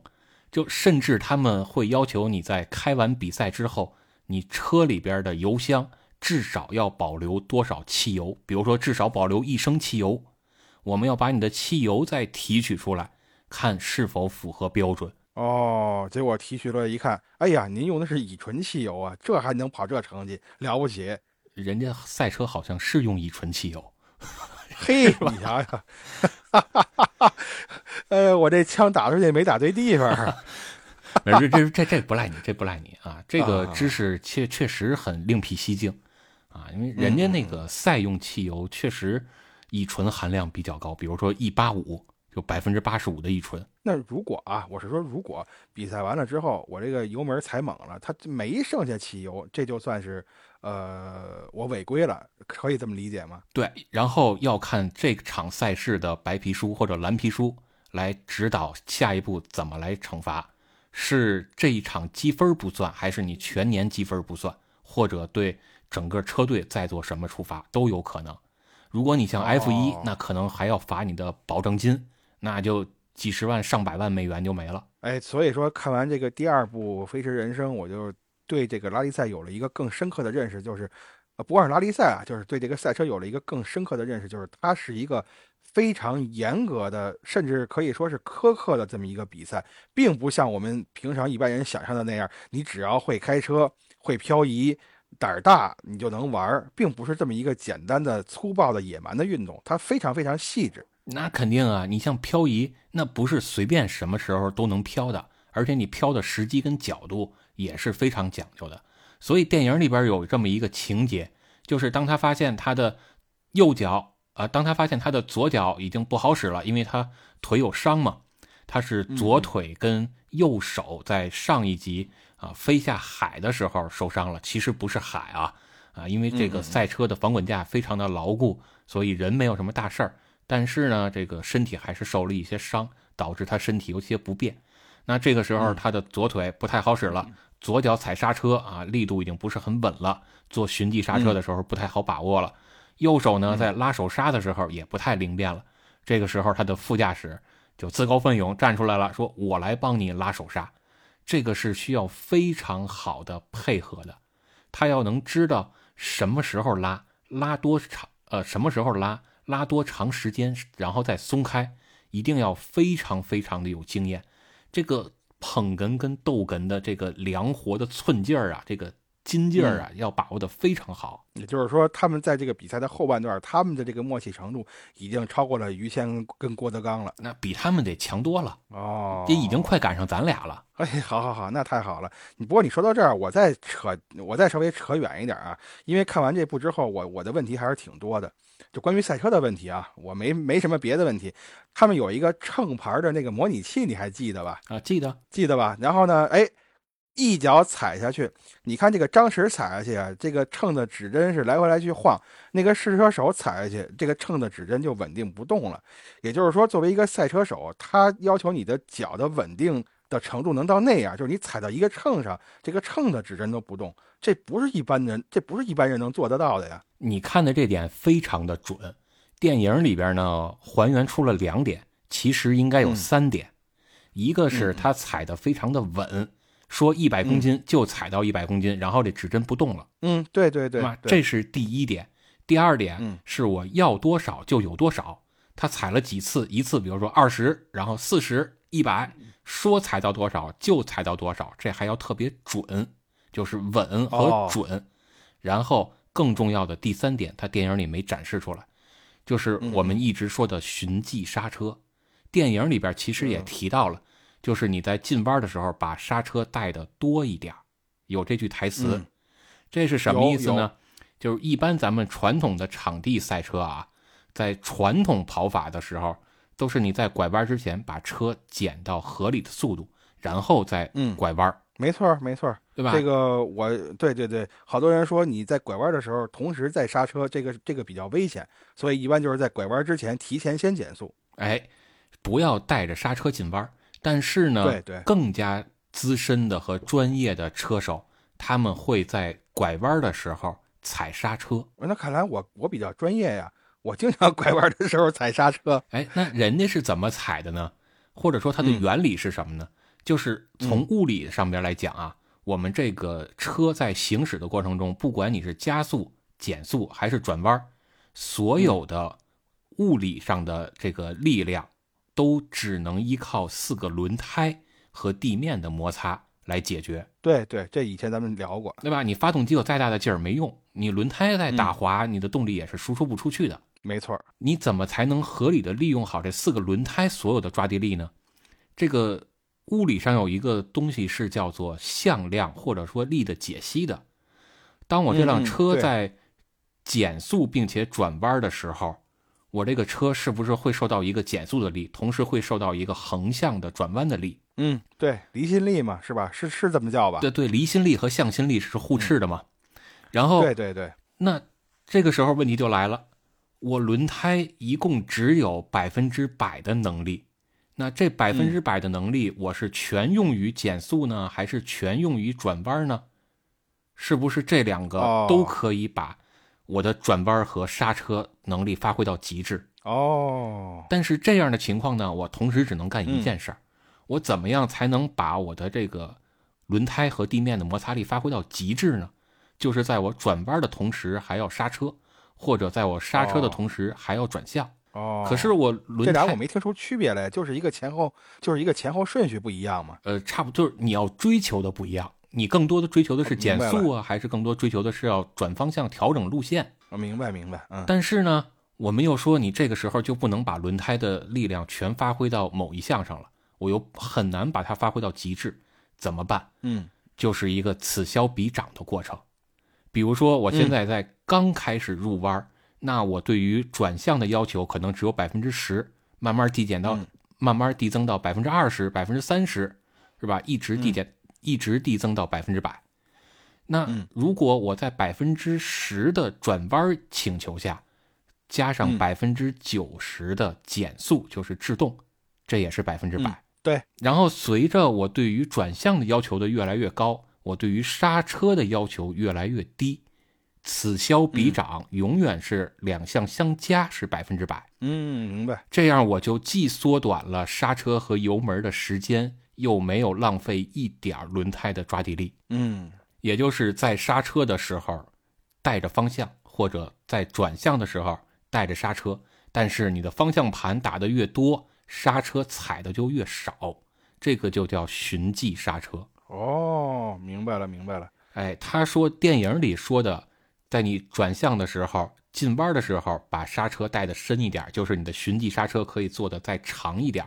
就甚至他们会要求你在开完比赛之后，你车里边的油箱至少要保留多少汽油，比如说至少保留一升汽油，我们要把你的汽油再提取出来，看是否符合标准。哦，结果提取了一看，哎呀，您用的是乙醇汽油啊，这还能跑这成绩，了不起！人家赛车好像是用乙醇汽油，嘿，你瞧瞧， 呃，我这枪打出去没打对地方啊， 没事这这这不赖你，这不赖你啊！这个啊知识确确实很另辟蹊径啊，因为人家那个赛用汽油确实乙醇含量比较高，比如说 E 八五就百分之八十五的乙醇，那如果啊，我是说，如果比赛完了之后，我这个油门踩猛了，它就没剩下汽油，这就算是呃我违规了，可以这么理解吗？对，然后要看这场赛事的白皮书或者蓝皮书来指导下一步怎么来惩罚，是这一场积分不算，还是你全年积分不算，或者对整个车队再做什么处罚都有可能。如果你像 F 一、哦那可能还要罚你的保证金，那就几十万上百万美元就没了。哎，所以说看完这个第二部《飞驰人生》，我就对这个拉力赛有了一个更深刻的认识，就是，呃，不光是拉力赛啊，就是对这个赛车有了一个更深刻的认识，就是它是一个非常严格的，甚至可以说是苛刻的这么一个比赛，并不像我们平常一般人想象的那样，你只要会开车、会漂移、胆儿大，你就能玩儿，并不是这么一个简单的、粗暴的、野蛮的运动，它非常非常细致。那肯定啊，你像漂移，那不是随便什么时候都能漂的，而且你漂的时机跟角度也是非常讲究的。所以电影里边有这么一个情节，就是当他发现他的右脚啊、呃当他发现他的左脚已经不好使了，因为他腿有伤嘛，他是嗯左腿跟右手在上一集啊、飞下海的时候受伤了，其实不是海啊啊，因为这嗯嗯个嗯赛车的防滚架非常的牢固，所以人没有什么大事儿，但是呢，这个身体还是受了一些伤，导致他身体有些不便。那这个时候他的左腿不太好使了，左脚踩刹车啊，力度已经不是很稳了，做循迹刹车的时候不太好把握了。右手呢，在拉手刹的时候也不太灵便了。这个时候，他的副驾驶就自告奋勇站出来了，说：“我来帮你拉手刹。”这个是需要非常好的配合的，他要能知道什么时候拉，拉多长，呃，什么时候拉，拉多长时间，然后再松开，一定要非常非常的有经验。这个捧哏跟逗哏的这个灵活的寸劲儿啊，这个筋劲儿啊，要把握的非常好。也就是说，他们在这个比赛的后半段，他们的这个默契程度已经超过了于谦跟郭德纲了。那比他们得强多了，哦，这已经快赶上咱俩了。哎，好好好，那太好了。你不过你说到这儿，我再扯，我再稍微扯远一点啊，因为看完这部之后，我我的问题还是挺多的，就关于赛车的问题啊，我没没什么别的问题。他们有一个秤牌的那个模拟器，你还记得吧？啊，记得记得吧？然后呢，哎，一脚踩下去，你看这个张弛踩下去啊，这个秤的指针是来回来去晃，那个试车手踩下去，这个秤的指针就稳定不动了。也就是说，作为一个赛车手，他要求你的脚的稳定的程度能到那样，就是你踩到一个秤上，这个秤的指针都不动，这不是一般人，这不是一般人能做得到的呀。你看的这点非常的准。电影里边呢，还原出了两点，其实应该有嗯三点。一个是他踩的非常的稳，说一百公斤就踩到一百公斤，然后这指针不动了，嗯，对对对是吧，？对这是第一点。第二嗯点是我要多少就有多少。他踩了几次，一次比如说二十，然后四十、一百，说踩到多少就踩到多少，这还要特别准，就是稳和哦准。然后更重要的第三点，他电影里没展示出来，就是我嗯们一直说的循迹刹车。电影里边其实嗯也提到了，就是你在进弯的时候把刹车带的多一点儿，有这句台词。嗯这是什么意思呢？就是一般咱们传统的场地赛车啊，在传统跑法的时候，都是你在拐弯之前把车减到合理的速度，然后再嗯拐弯儿，没错儿没错儿。对吧？这个我对对对，好多人说你在拐弯的时候同时在刹车，这个这个比较危险，所以一般就是在拐弯之前提前先减速。哎，不要带着刹车进弯儿。但是呢，对对更加资深的和专业的车手，他们会在拐弯的时候踩刹车。那看来我我比较专业呀，我经常 拐弯的时候踩刹车。哎，那人家是怎么踩的呢？或者说它的嗯原理是什么呢？就是从物理上边来讲啊，我们这个车在行驶的过程中，不管你是加速、减速还是转弯儿，所有的物理上的这个力量，都只能依靠四个轮胎和地面的摩擦来解决，对对，这以前咱们聊过，对吧？你发动机有再大的劲儿没用，你轮胎再打滑，你的动力也是输出不出去的。没错儿。你怎么才能合理的利用好这四个轮胎所有的抓地力呢？这个物理上有一个东西是叫做向量或者说力的解析的。当我这嗯嗯辆车对在减速并且转弯的时候，我这个车是不是会受到一个减速的力，同时会受到一个横向的转弯的力？嗯，对，离心力嘛，是吧？是是这么叫吧？对对，离心力和向心力是互斥的嘛。然后对对对，那这个时候问题就来了，我轮胎一共只有百分之百的能力，那这百分之百的能力，我是全用于减速呢，还是全用于转弯呢？是不是这两哦个都可以把我的转弯和刹车能力发挥到极致？哦，但是这样的情况呢，我同时只能干嗯一件事儿，我怎么样才能把我的这个轮胎和地面的摩擦力发挥到极致呢？就是在我转弯的同时还要刹车，或者在我刹车的同时还要转向。哦，可是我轮这俩胎我没听出区别来，就是一个前后，就是一个前后顺序不一样嘛。呃，差不多就是你要追求的不一样，你更多的追求的是哦明减白了速啊，还是更多追求的是要转方向、调整路线？我明白明白，嗯，但是呢，我们又说你这个时候就不能把轮胎的力量全发挥到某一项上了，我又很难把它发挥到极致，怎么办？嗯就是一个此消彼长的过程。比如说，我嗯现在在刚开始入弯儿，那我对于转向的要求可能只有百分之十，慢慢递减到、嗯慢慢递增到百分之二十、百分之三十，是吧？一直递嗯减，一直递增到百分之百。那嗯如果我在百分之十的转弯请求下，加上嗯百分之九十的减速，就是制动，这也是百分之百嗯。对，然后随着我对于转向的要求的越来越高，我对于刹车的要求越来越低，此消彼长，永远是两项相加是百分之百。嗯，明白。这样我就既缩短了刹车和油门的时间，又没有浪费一点儿轮胎的抓地力。嗯，也就是在刹车的时候带着方向，或者在转向的时候带着刹车，但是你的方向盘打得越多，刹车踩的就越少，这个就叫循迹刹车。哦，明白了，明白了。哎，他说电影里说的，在你转向的时候、进弯的时候，把刹车带的深一点，就是你的循迹刹车可以做的再长一点，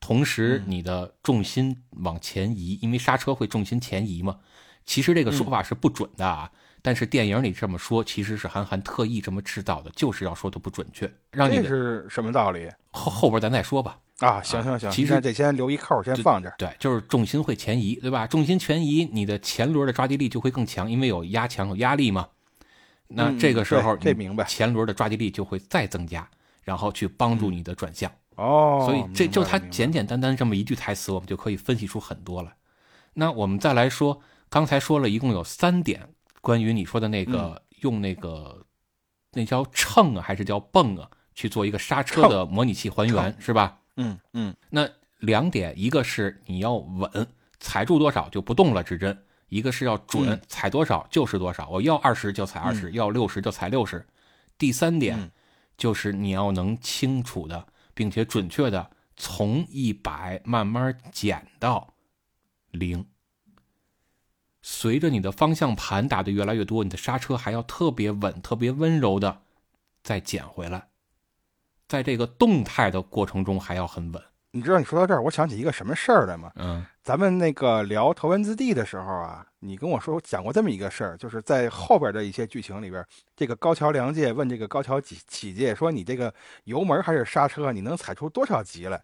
同时嗯你的重心往前移，因为刹车会重心前移嘛。其实这个嗯说法是不准的啊，但是电影里这么说，其实是韩寒特意这么制造的，就是要说的不准确，让你这的是什么道理后后边咱再说吧。啊？行行行，其实那这先留一扣，先就放这儿。对，就是重心会前移，对吧？重心前移，你的前轮的抓地力就会更强，因为有压强有压力嘛。那嗯这个时候，对这明白前轮的抓地力就会再增加，然后去帮助你的转向。哦，所以这明就白他明白简简单单这么一句台词，我们就可以分析出很多来。那我们再来说，刚才说了一共有三点关于你说的那嗯个、用那个那叫秤啊，还是叫泵啊，去做一个刹车秤的模拟器还原，是吧？嗯嗯那两点，一个是你要稳，踩住多少就不动了指针；一个是要准，嗯踩多少就是多少，我要二十就踩二十、要六十就踩六十。第三点、嗯就是你要能清楚的，并且准确的从一百慢慢减到零。随着你的方向盘打得越来越多，你的刹车还要特别稳、特别温柔的再减回来，在这个动态的过程中还要很稳。你知道你说到这儿，我想起一个什么事儿来吗？嗯咱们那个聊头文字 D 的时候啊，你跟我说讲过这么一个事儿，就是在后边的一些剧情里边，这个高桥良介问这个高桥启启介说：“你这个油门还是刹车，你能踩出多少级来？”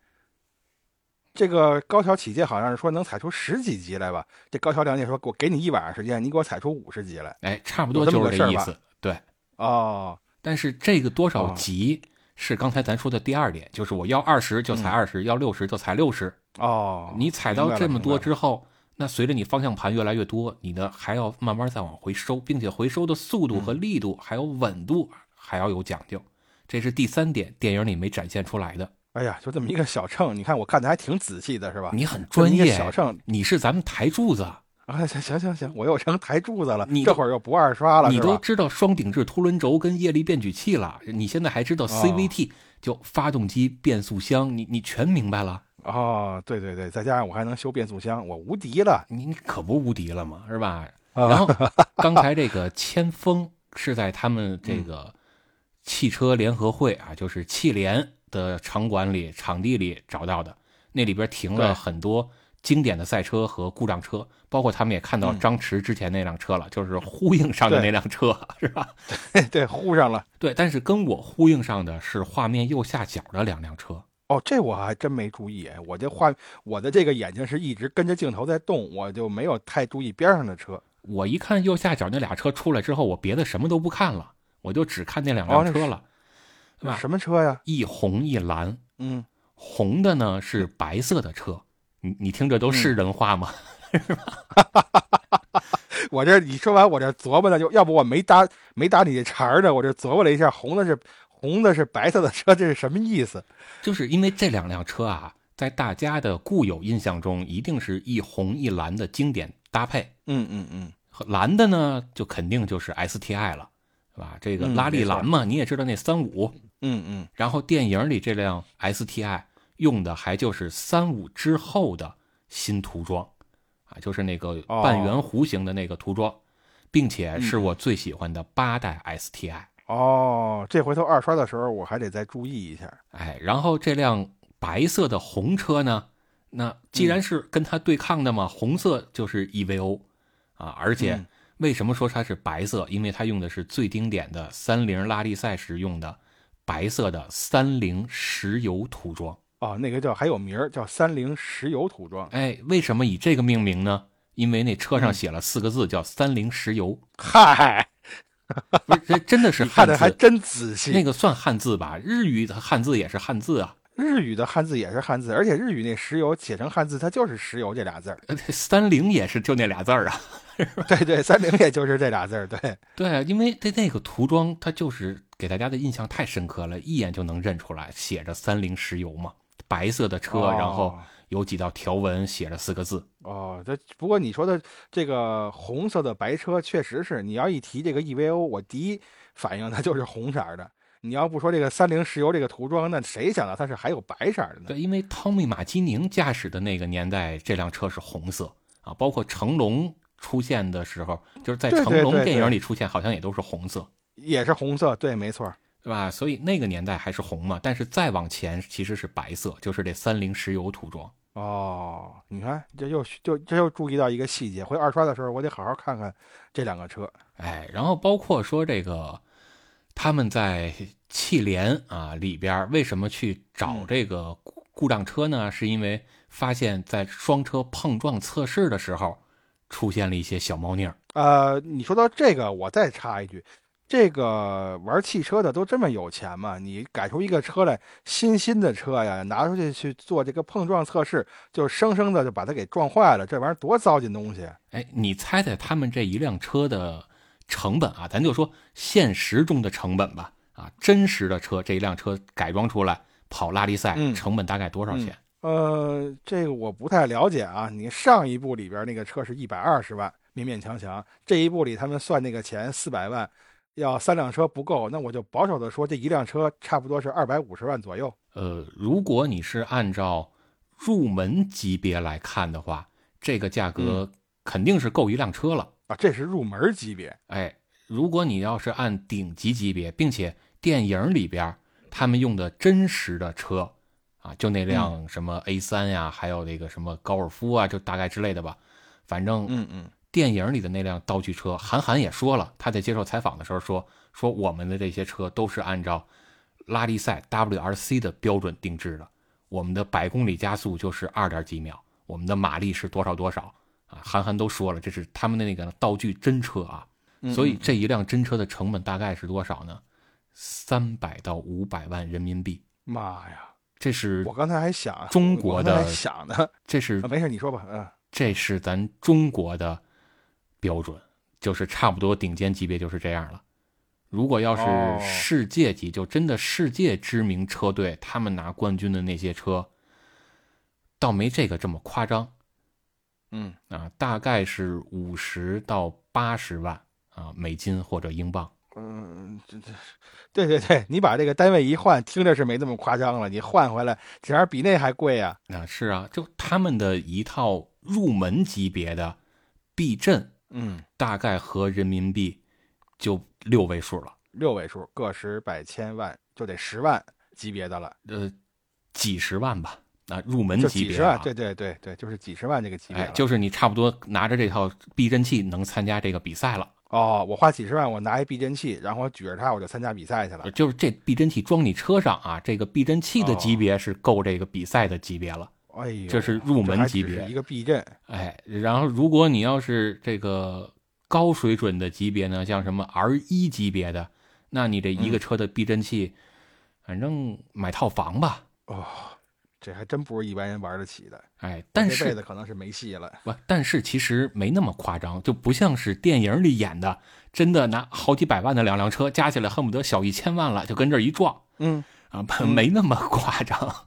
这个高桥启介好像是说能踩出十几级来吧？这高桥良介说：“我给你一晚上时间，你给我踩出五十级来。哎，差不多有这就么个是事这儿意吧思。对，”哦，但是这个多少哦级是刚才咱说的第二点，就是我要二十就踩二十、要六十就踩六十。嗯哦，你踩明到白了这么明白多了之后，那随着你方向盘越来越多，你的还要慢慢再往回收，并且回收的速度嗯和力度还有稳度还要有讲究。这是第三点，电影里没展现出来的。哎呀，就这么一个小秤，你看我看的还挺仔细的，是吧？你很这么专啊一个业，小秤你是咱们台柱子，啊，行行行行，我又成抬柱子了，你这会儿又不二刷了，你是都吧？知道双顶置凸轮轴跟液力变矩器了，你现在还啊知道 CVT，、就发动机变速箱，你你全明白了，哦，对对对，再加上我还能修变速箱，我无敌了。你你可不无敌了嘛，是吧？啊 然后刚才这个千峰是在他们这嗯个汽车联合会啊，就是汽联的场馆里、场地里找到的，那里边停了对很多经典的赛车和故障车，包括他们也看到嗯张弛之前那辆车了，就是呼应上的对那辆车，是吧？对，呼上了。对，但是跟我呼应上的是画面右下角的两辆车。哦，这我还真没注意，我这画我的这个眼睛是一直跟着镜头在动，我就没有太注意边上的车。我一看右下角那俩车出来之后，我别的什么都不看了，我就只看那两哦辆那车是了，对吧？什么车呀？一红一蓝，嗯，红的呢是白色的车，你你听着嗯都是人话吗？ 我这你说完，我这琢磨的就要不我没搭没搭你这茬儿呢，我这琢磨了一下，红的是红的是白色的车，这是什么意思？就是因为这两辆车啊，在大家的固有印象中，一定是一红一蓝的经典搭配。嗯嗯嗯，和蓝的呢，就肯定就是 STI 了，是吧？这个嗯拉力没错蓝嘛，你也知道那三五，嗯嗯，然后电影里这辆 STI 用的还就是三五之后的新涂装，啊，就是那个哦嗯半圆弧形的那个涂装，并且是我最喜欢的八代 STI。哦，这回头二刷的时候我还得再注意一下。哎，然后这辆白色的红车呢，那既然是跟它对抗的嘛，红色就是 EVO 啊，而且嗯为什么说它是白色？因为它用的是最经典的三菱拉力赛时用的白色的三菱石油涂装。哦，那个叫还有名儿叫三菱石油涂装。哎，为什么以这个命名呢？因为那车嗯上写了四个字叫“三菱石油 嗨，”，不是这真的是你看汉的还字，真仔细。那个算汉字吧？日语的汉字也是汉字啊。日语的汉字也是汉字，而且日语那石油写成汉字，它就是石油这俩字儿。呃三菱也是就那俩字儿啊。对对，三菱也就是这俩字儿。对，对啊，因为这那个涂装它就是给大家的印象太深刻了，一眼就能认出来，写着“三菱石油”嘛，白色的车，哦然后有几道条纹，写着四个字。哦，这不过你说的这个红色的白车，确实是你要一提这个 EVO，我第一反应它就是红色儿的。你要不说这个三菱石油这个涂装，那谁想到它是还有白色儿的呢？对，因为汤米·马基宁驾驶的那个年代，这辆车是红色啊，包括成龙出现的时候，就是在对对成龙对电对影里出现，好像也都是红色，也是红色，对，没错儿，对吧？所以那个年代还是红嘛，但是再往前其实是白色，就是这三菱石油涂装。哦，你看，这又就这又注意到一个细节，回二刷的时候，我得好好看看这两个车。哎，然后包括说这个他们在汽联啊里边儿为什么去嗯找这个故故障车呢？是因为发现在双车碰撞测试的时候出现了一些小猫腻儿。呃，你说到这个，我再插一句，这个玩汽车的都这么有钱吗？你改出一个车来，新新的车呀，拿出去去做这个碰撞测试，就生生的就把它给撞坏了，这玩意儿多糟践东西！啊哎，你猜猜他们这一辆车的成本啊？咱就说现实中的成本吧。啊，真实的车这一辆车改装出来跑拉力赛，嗯成本大概多少钱？呃，这个我不太了解啊。你上一部里边那个车是一百二十万，勉勉强强；这一部里他们算那个钱四百万，要三辆车不够，那我就保守的说，这一辆车差不多是二百五十万左右。呃，如果你是按照入门级别来看的话，这个价嗯格肯定是够一辆车了。啊，这是入门级别。哎，如果你要是按顶级级别，并且电影里边儿他们用的真实的车啊，就那辆什么 A 三呀、还有那个什么高尔夫啊，就大概之类的吧。反正嗯嗯，电影里的那辆道具车，韩寒也说了，他在接受采访的时候说，说我们的这些车都是按照拉力赛 WRC 的标准定制的，我们的百公里加速就是二点几秒，我们的马力是多少多少啊？韩寒都说了，这是他们的那个道具真车啊，嗯所以这一辆真车的成本大概是多少呢？三百到五百万人民币，妈呀！这是我刚才还想中国的我刚才还想呢。啊这是没事，你说吧。嗯，这是咱中国的标准，就是差不多顶尖级别就是这样了。如果要哦是世界级，就真的世界知名车队，他们拿冠军的那些车，倒没这个这么夸张嗯，啊，大概是五十到八十万啊美金或者英镑。嗯，这这，对对对，你把这个单位一换，听着是没那么夸张了。你换回来，这玩意儿比那还贵呀、啊，是啊，就他们的一套入门级别的避震，嗯，大概合人民币就六位数了。六位数，个十百千万，就得十万级别的了，呃几十万吧，啊，入门就级几啊别十的万。啊，对对对对，就是几十万这个级别哎了。，就是你差不多拿着这套避震器能参加这个比赛了，哦，我花几十万，我拿一避震器，然后我举着它我就参加比赛去了呃。就是这避震器装你车上啊，这个避震器哦的级别是够这个比赛的级别了，哎呦，这是入门还级只是别一个避震。哎，然后如果你要是这个高水准的级别呢，像什么 R 一级别的，那你这一嗯个车的避震器，反正买套房吧，哦，这还真不是一般人玩得起的。哎，但这辈是子可能是没戏了。不，但是其实没那么夸张，就不像是电影里演的，真的拿好几百万的两辆车加起来，恨不得小一千万了，就跟这儿一撞嗯，啊，不没那么夸张。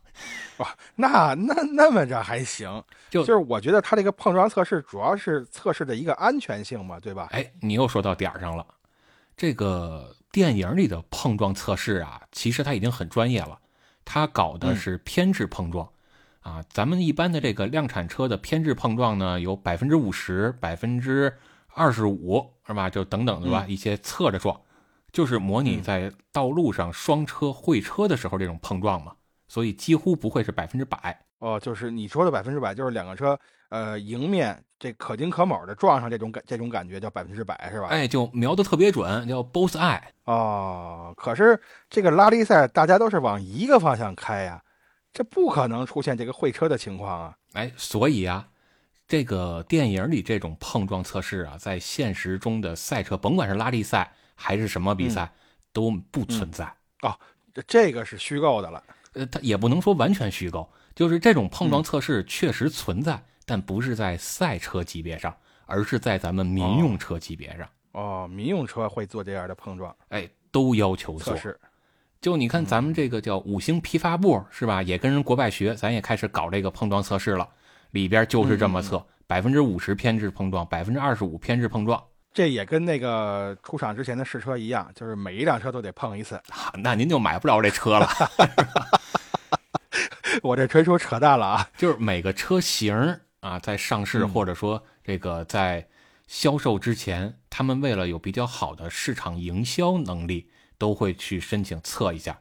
哇，那那那么着还行，就就是我觉得它这个碰撞测试主要是测试的一个安全性嘛，对吧？哎，你又说到点儿上了，这个电影里的碰撞测试啊，其实它已经很专业了，它搞的是偏置碰撞。啊，咱们一般的这个量产车的偏置碰撞呢，有百分之五十、百分之二十五，是吧？就等等，对吧？一些侧着撞，就是模拟在道路上双车会车的时候这种碰撞嘛，所以几乎不会是百分之百。哦，就是你说的百分之百，就是两个车呃迎面这可丁可卯的撞上这种感这种感觉叫百分之百是吧？哎，就瞄的特别准，叫 both eye。哦，可是这个拉力赛大家都是往一个方向开呀、这不可能出现这个会车的情况啊。哎，所以啊，这个电影里这种碰撞测试啊，在现实中的赛车，甭管是拉力赛还是什么嗯比赛，都不存在。这这个是虚构的了。呃，它也不能说完全虚构，就是这种碰嗯撞测试确实存在，但不是在赛车级别上，而是在咱们民用车级别上。哦，民用车会做这样的碰撞哎，都要求测做。试。嗯就你看咱们这个叫五星批发部是吧？也跟人国外学，咱也开始搞这个碰撞测试了，里边就是这么嗯测，百分之五十偏置碰撞，百分之二十五偏置碰撞。这也跟那个出厂之前的试车一样，就是每一辆车都得碰一次。啊那您就买不着这车了。 我这纯属扯淡了啊！就是每个车型儿啊，在上市嗯或者说这个在销售之前，他们为了有比较好的市场营销能力，都会去申请测一下，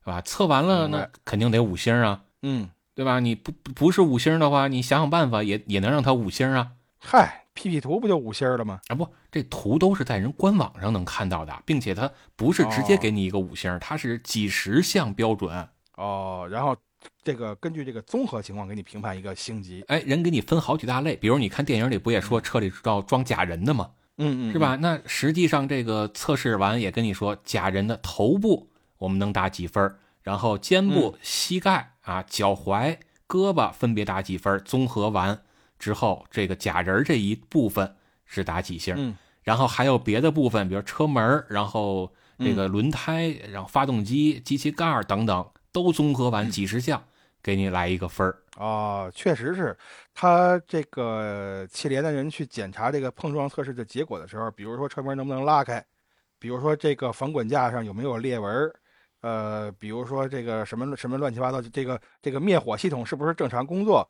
是吧？测完了明那白肯定得五星啊，嗯，对吧？你不不不是五星的话，你想想办法也也能让它五星啊。嗨，P P 图不就五星儿了吗？啊不，这图都是在人官网上能看到的，并且它不是直接给你一个五星，它是几十项标准，哦，然后这个根据这个综合情况给你评判一个星级，哎，人给你分好几大类。比如你看电影里不也说车里要装假人的吗？嗯嗯是？吧？那实际上这个测试完也跟你说，假人的头部我们能打几分儿，然后肩嗯部、膝盖啊、脚踝、胳膊分别打几分儿，综合完之后，这个假人这一部分是打几星儿，嗯然后还有别的部分，比如车门儿，然后这嗯个轮胎，然后发动机、机器盖儿等等，都综合嗯完几十项，给你来一个分儿。哦，确实是他这个汽联的人去检查这个碰撞测试的结果的时候，比如说车门能不能拉开，比如说这个防滚架上有没有裂纹儿，呃，比如说这个什么什么乱七八糟，这个这个灭火系统是不是正常工作，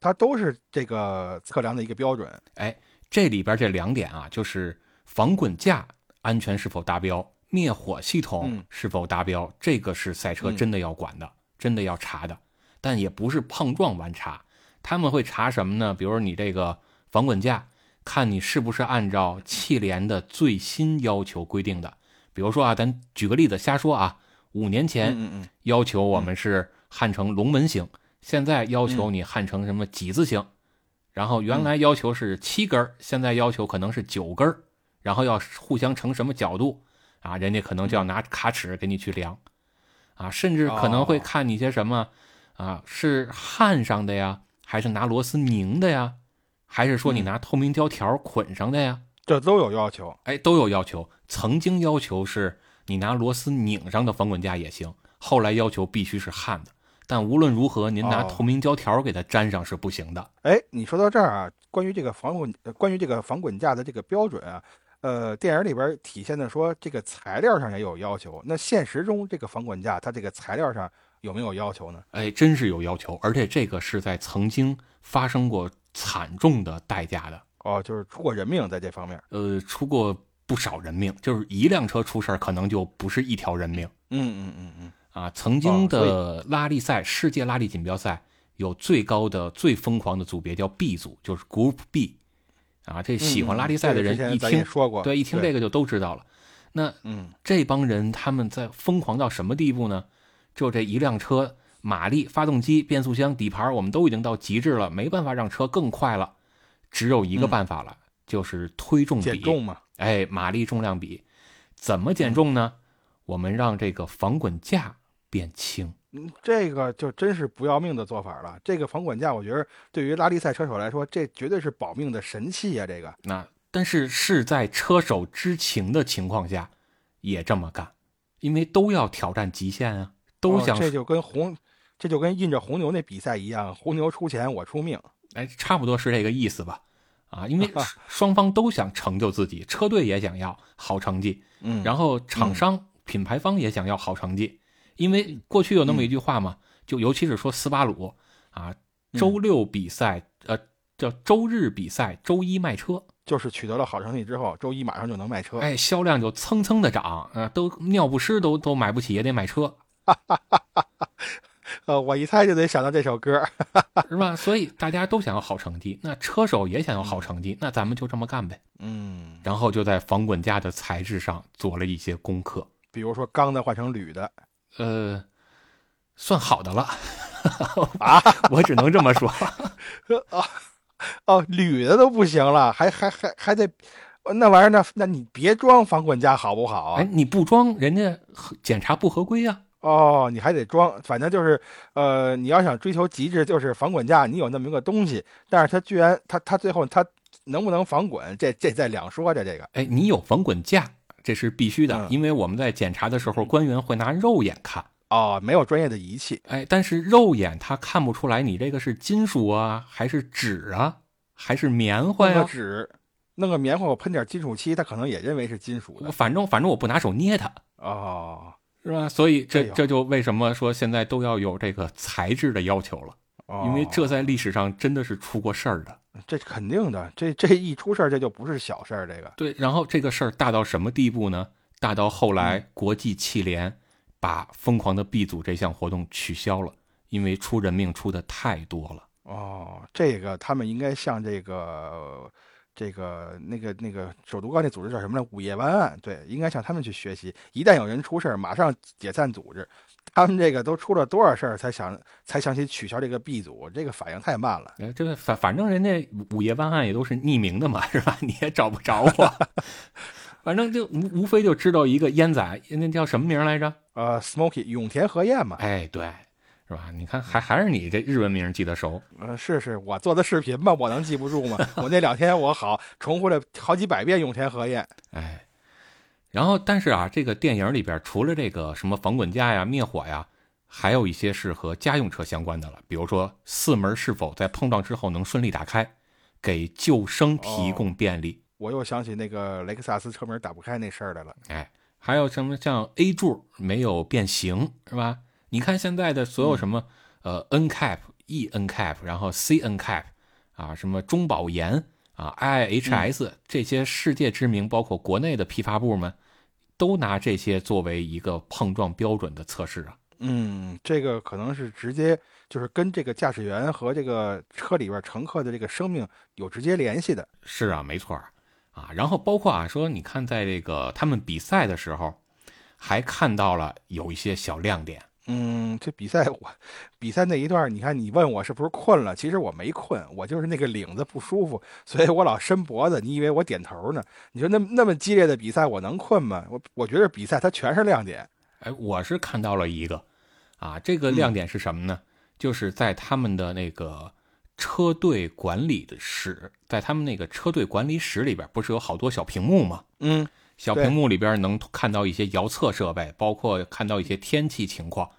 它都是这个测量的一个标准。哎，这里边这两点啊，就是防滚架安全是否达标，灭火系统嗯是否达标，这个是赛车嗯真的要管的，真的要查的。但也不是碰撞完查，他们会查什么呢？比如你这个防滚架，看你是不是按照汽联的最新要求规定的。比如说啊，咱举个例子瞎说啊，五年前嗯嗯要求我们是焊成龙门形，现在要求你焊成什么几字嗯形，然后原来要求是七根儿，现在要求可能是九根儿，然后要互相成什么角度啊，人家可能就要拿卡尺给你去量，啊，甚至可能会哦看你些什么啊，是焊上的呀，还是拿螺丝拧的呀，还是说你嗯拿透明胶条捆上的呀？嗯，这都有要求。哎，都有要求。曾经要求是你拿螺丝拧上的防滚架也行，后来要求必须是焊的。但无论如何，您拿哦透明胶条给它粘上是不行的。哎，你说到这儿啊，关于这个防滚，呃关于这个防滚架的这个标准啊，呃，电影里边儿体现的说这个材料上也有要求。那现实中这个防滚架它这个材料上有没有要求呢？哎，真是有要求，而且这个是在曾经发生过惨重的代价的，哦，就是出过人命在这方面。呃，出过不少人命，就是一辆车出事儿，可能就不是一条人命嗯嗯嗯嗯，啊。曾经哦的拉力赛，世界拉力锦标赛有最高的、最疯狂的组别叫 B 组，就是 Group B。啊，这喜欢拉力赛的人这个一嗯之前咱听也说过，对，一听这个就都知道了。那嗯，这帮人他们在疯狂到什么地步呢？就这一辆车，马力、发动机、变速箱、底盘，我们都已经到极致了，没办法让车更快了，只有一个办法了，就是推重嗯减嗯比，重嘛，哎，马力重量比。怎么嗯减重呢？我们让这个防滚架变轻。嗯，这个就真是不要命的做法了。这个防滚架，我觉得对于拉力赛车手来说，这绝对是保命的神器呀、这个，那但是是在车手知情的情况下，也这么干，因为都要挑战极限啊，都哦想这就跟红，这就跟印着红牛那比赛一样，红牛出钱，我出命。哎，差不多是这个意思吧。啊， 因为双双方都想成就自己，车队也想要好成绩，嗯然后厂商、品牌方也想要好成绩。因为过去有那么一句话嘛，就尤其是说斯巴鲁啊，周六比赛，呃，叫周日比赛，周一卖车，就是取得了好成绩之后，周一马上就能卖车。哎，销量就蹭蹭的涨，呃，都尿不湿都都买不起，也得买车，呃，我一猜就得想到这首歌。是吧？所以大家都想要好成绩，那车手也想要好成绩，那咱们就这么干呗。 嗯，然后就在防滚架的材质上做了一些功课，比如说钢的换成铝的，呃，算好的了啊， 我只能这么说。哦，铝的都不行了，还还还还得，呃那玩意儿那那你别装防滚架好不好啊？哎，你不装，人家检查不合规啊呀、哦，你还得装，反正就是，呃，你要想追求极致，就是防滚架，你有那么一个东西，但是它居然它它最后它能不能防滚，这这再两说着这个。哎，你有防滚架，这是必须的，嗯因为我们在检查的时候，官员会拿肉眼看。哦，没有专业的仪器，哎，但是肉眼他看不出来你这个是金属啊，还是纸啊，还是棉花弄呀、个纸，弄个棉花，我喷点金属漆，他可能也认为是金属我的。反正反正我不拿手捏它，哦，是吧？所以这哎呦这就为什么说现在都要有这个材质的要求了。哦因为这在历史上真的是出过事儿的。这肯定的，这这一出事儿，这就不是小事儿。这个对，然后这个事儿大到什么地步呢？大到后来国际汽联把疯狂的 B 组这项活动取消了，因为出人命出的太多了。哦，这个他们应该像这个这个那个那个首都高那组织叫什么呢？午夜湾案，对，应该向他们去学习。一旦有人出事儿，马上解散组织。他们这个都出了多少事儿才想才想起取消这个 B 组？这个反应太慢了。哎，这个反反正人家午夜办案也都是匿名的嘛，是吧？ 你也找不着我， 反正就无无非就知道一个烟仔，那叫什么名儿来着？呃，Smoky 永田和彦嘛，哎，对，是吧？你看，还还是你这日文名儿记得熟。嗯、是是，我做的视频嘛，我能记不住 吗？我那两天我好重复了好几百遍永田和彦。哎，然后但是啊，这个电影里边除了这个什么防滚架呀、灭火呀，还有一些是和家用车相关的了，比如说四门是否在碰撞之后能顺利打开，给救生提供便利。我又想起那个雷克萨斯车门打不开那事儿来了。哎，还有什么像 A 柱没有变形是吧？你看现在的所有什么、呃 N cap、E N cap，然后 C N cap 啊，什么中保研啊、IHS、这些世界知名，包括国内的批发部们，都拿这些作为一个碰撞标准的测试啊。嗯，这个可能是直接就是跟这个驾驶员和这个车里边乘客的这个生命有直接联系的。是啊，没错儿啊。然后包括啊，说你看，在这个他们比赛的时候，还看到了有一些小亮点。嗯，这比赛我比赛那一段儿，你看你问我是不是困了，其实我没困，我就是那个领子不舒服，所以我老伸脖子。你以为我点头呢？你说那那么激烈的比赛，我能困吗？我我觉得比赛它全是亮点。哎，我是看到了一个，啊，这嗯个亮点是什么呢？就是在他们的那个车队管理的室，在他们那个车队管理室里边，不是有好多小屏幕吗？嗯，小对屏幕里边能看到一些遥测设备，包括看到一些天气情况，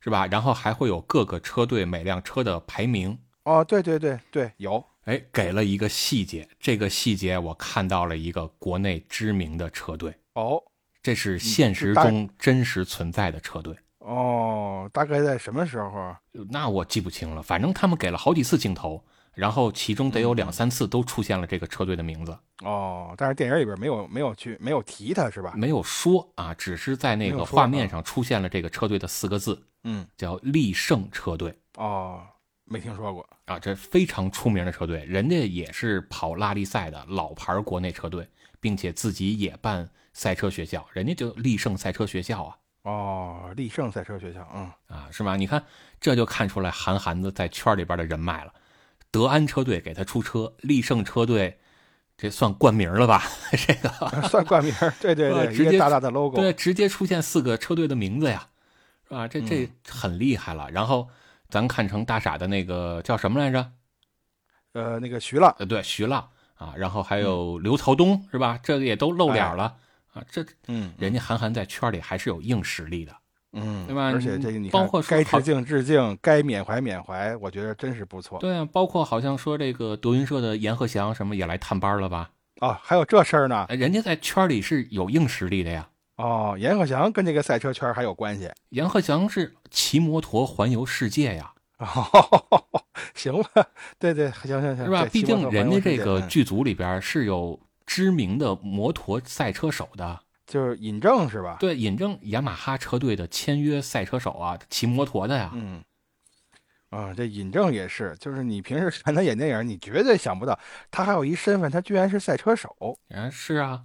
是吧？然后还会有各个车队每辆车的排名。哦，对对对对，有，哎，给了一个细节，这个细节我看到了一个国内知名的车队，哦这是现实大中真实存在的车队。哦，大概在什么时候啊？那我记不清了，反正他们给了好几次镜头，然后其中得有嗯两三次都出现了这个车队的名字，哦，但是电影里边没有没有去没有提它是吧？没有说啊，只是在那没个有说啊画面上出现了这个车队的四个字，嗯，叫力胜车队哦，没听说过。啊，这非常出名的车队，人家也是跑拉力赛的老牌国内车队，并且自己也办赛车学校，人家就力胜赛车学校啊。哦，力胜赛车学校，嗯，啊，是吧？你看，这就看出来韩寒子在圈里边的人脉了。德安车队给他出车，力胜车队，这算冠名了吧？ 这个算冠名儿，对对啊 哇对，直一接个大大的 logo，对，直接出现四个车队的名字呀，是吧？这这嗯很厉害了。然后咱看成大傻的那个叫什么来着？呃，那个徐浪，呃，对，徐浪啊，然后还有刘朝东，是吧？这个也都露脸嗯哎了啊。这嗯人家韩寒在圈里还是有硬实力的。嗯，对吧而且这个你包看括说该好致敬致敬，该缅怀缅怀，我觉得真是不错对啊，包括好像说这个德云社的阎鹤祥什么也来探班了吧？哦。还有这事儿呢，哎，人家在圈里是有硬实力的呀。哦，阎鹤祥跟这个赛车圈儿还有关系。杨鹤翔是骑摩托环游世界呀，哦， 行吧，对对，行行行，是吧嗯对？毕西瓜竟和人黄家油这世界个嗯剧组里边是有知名的摩托赛车手的，啊就是引证是吧？对，引证雅马哈车队的签约赛车手啊，骑摩托的呀。嗯，啊，这尹正也是，就是你平时看他演电影，你绝对想不到他还有一身份，他居然是赛车手。啊，是啊，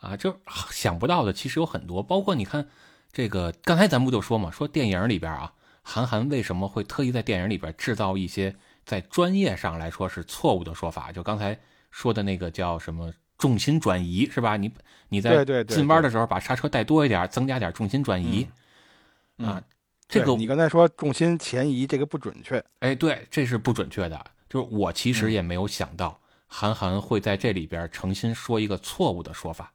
啊，就想不到的其实有很多，包括你看这个，刚才咱不就说嘛，说电影里边啊，韩寒为什么会特意在电影里边制造一些在专业上来说是错误的说法？就刚才说的那个叫什么重心转移是吧？你你在对对对进弯的时候把刹车带多一点，增加点重心转移、嗯啊嗯，这对个你刚才说重心前移这个不准确，哎，对，这是不准确的。就是我其实嗯也没有想到韩寒会在这里边诚心说一个错误的说法。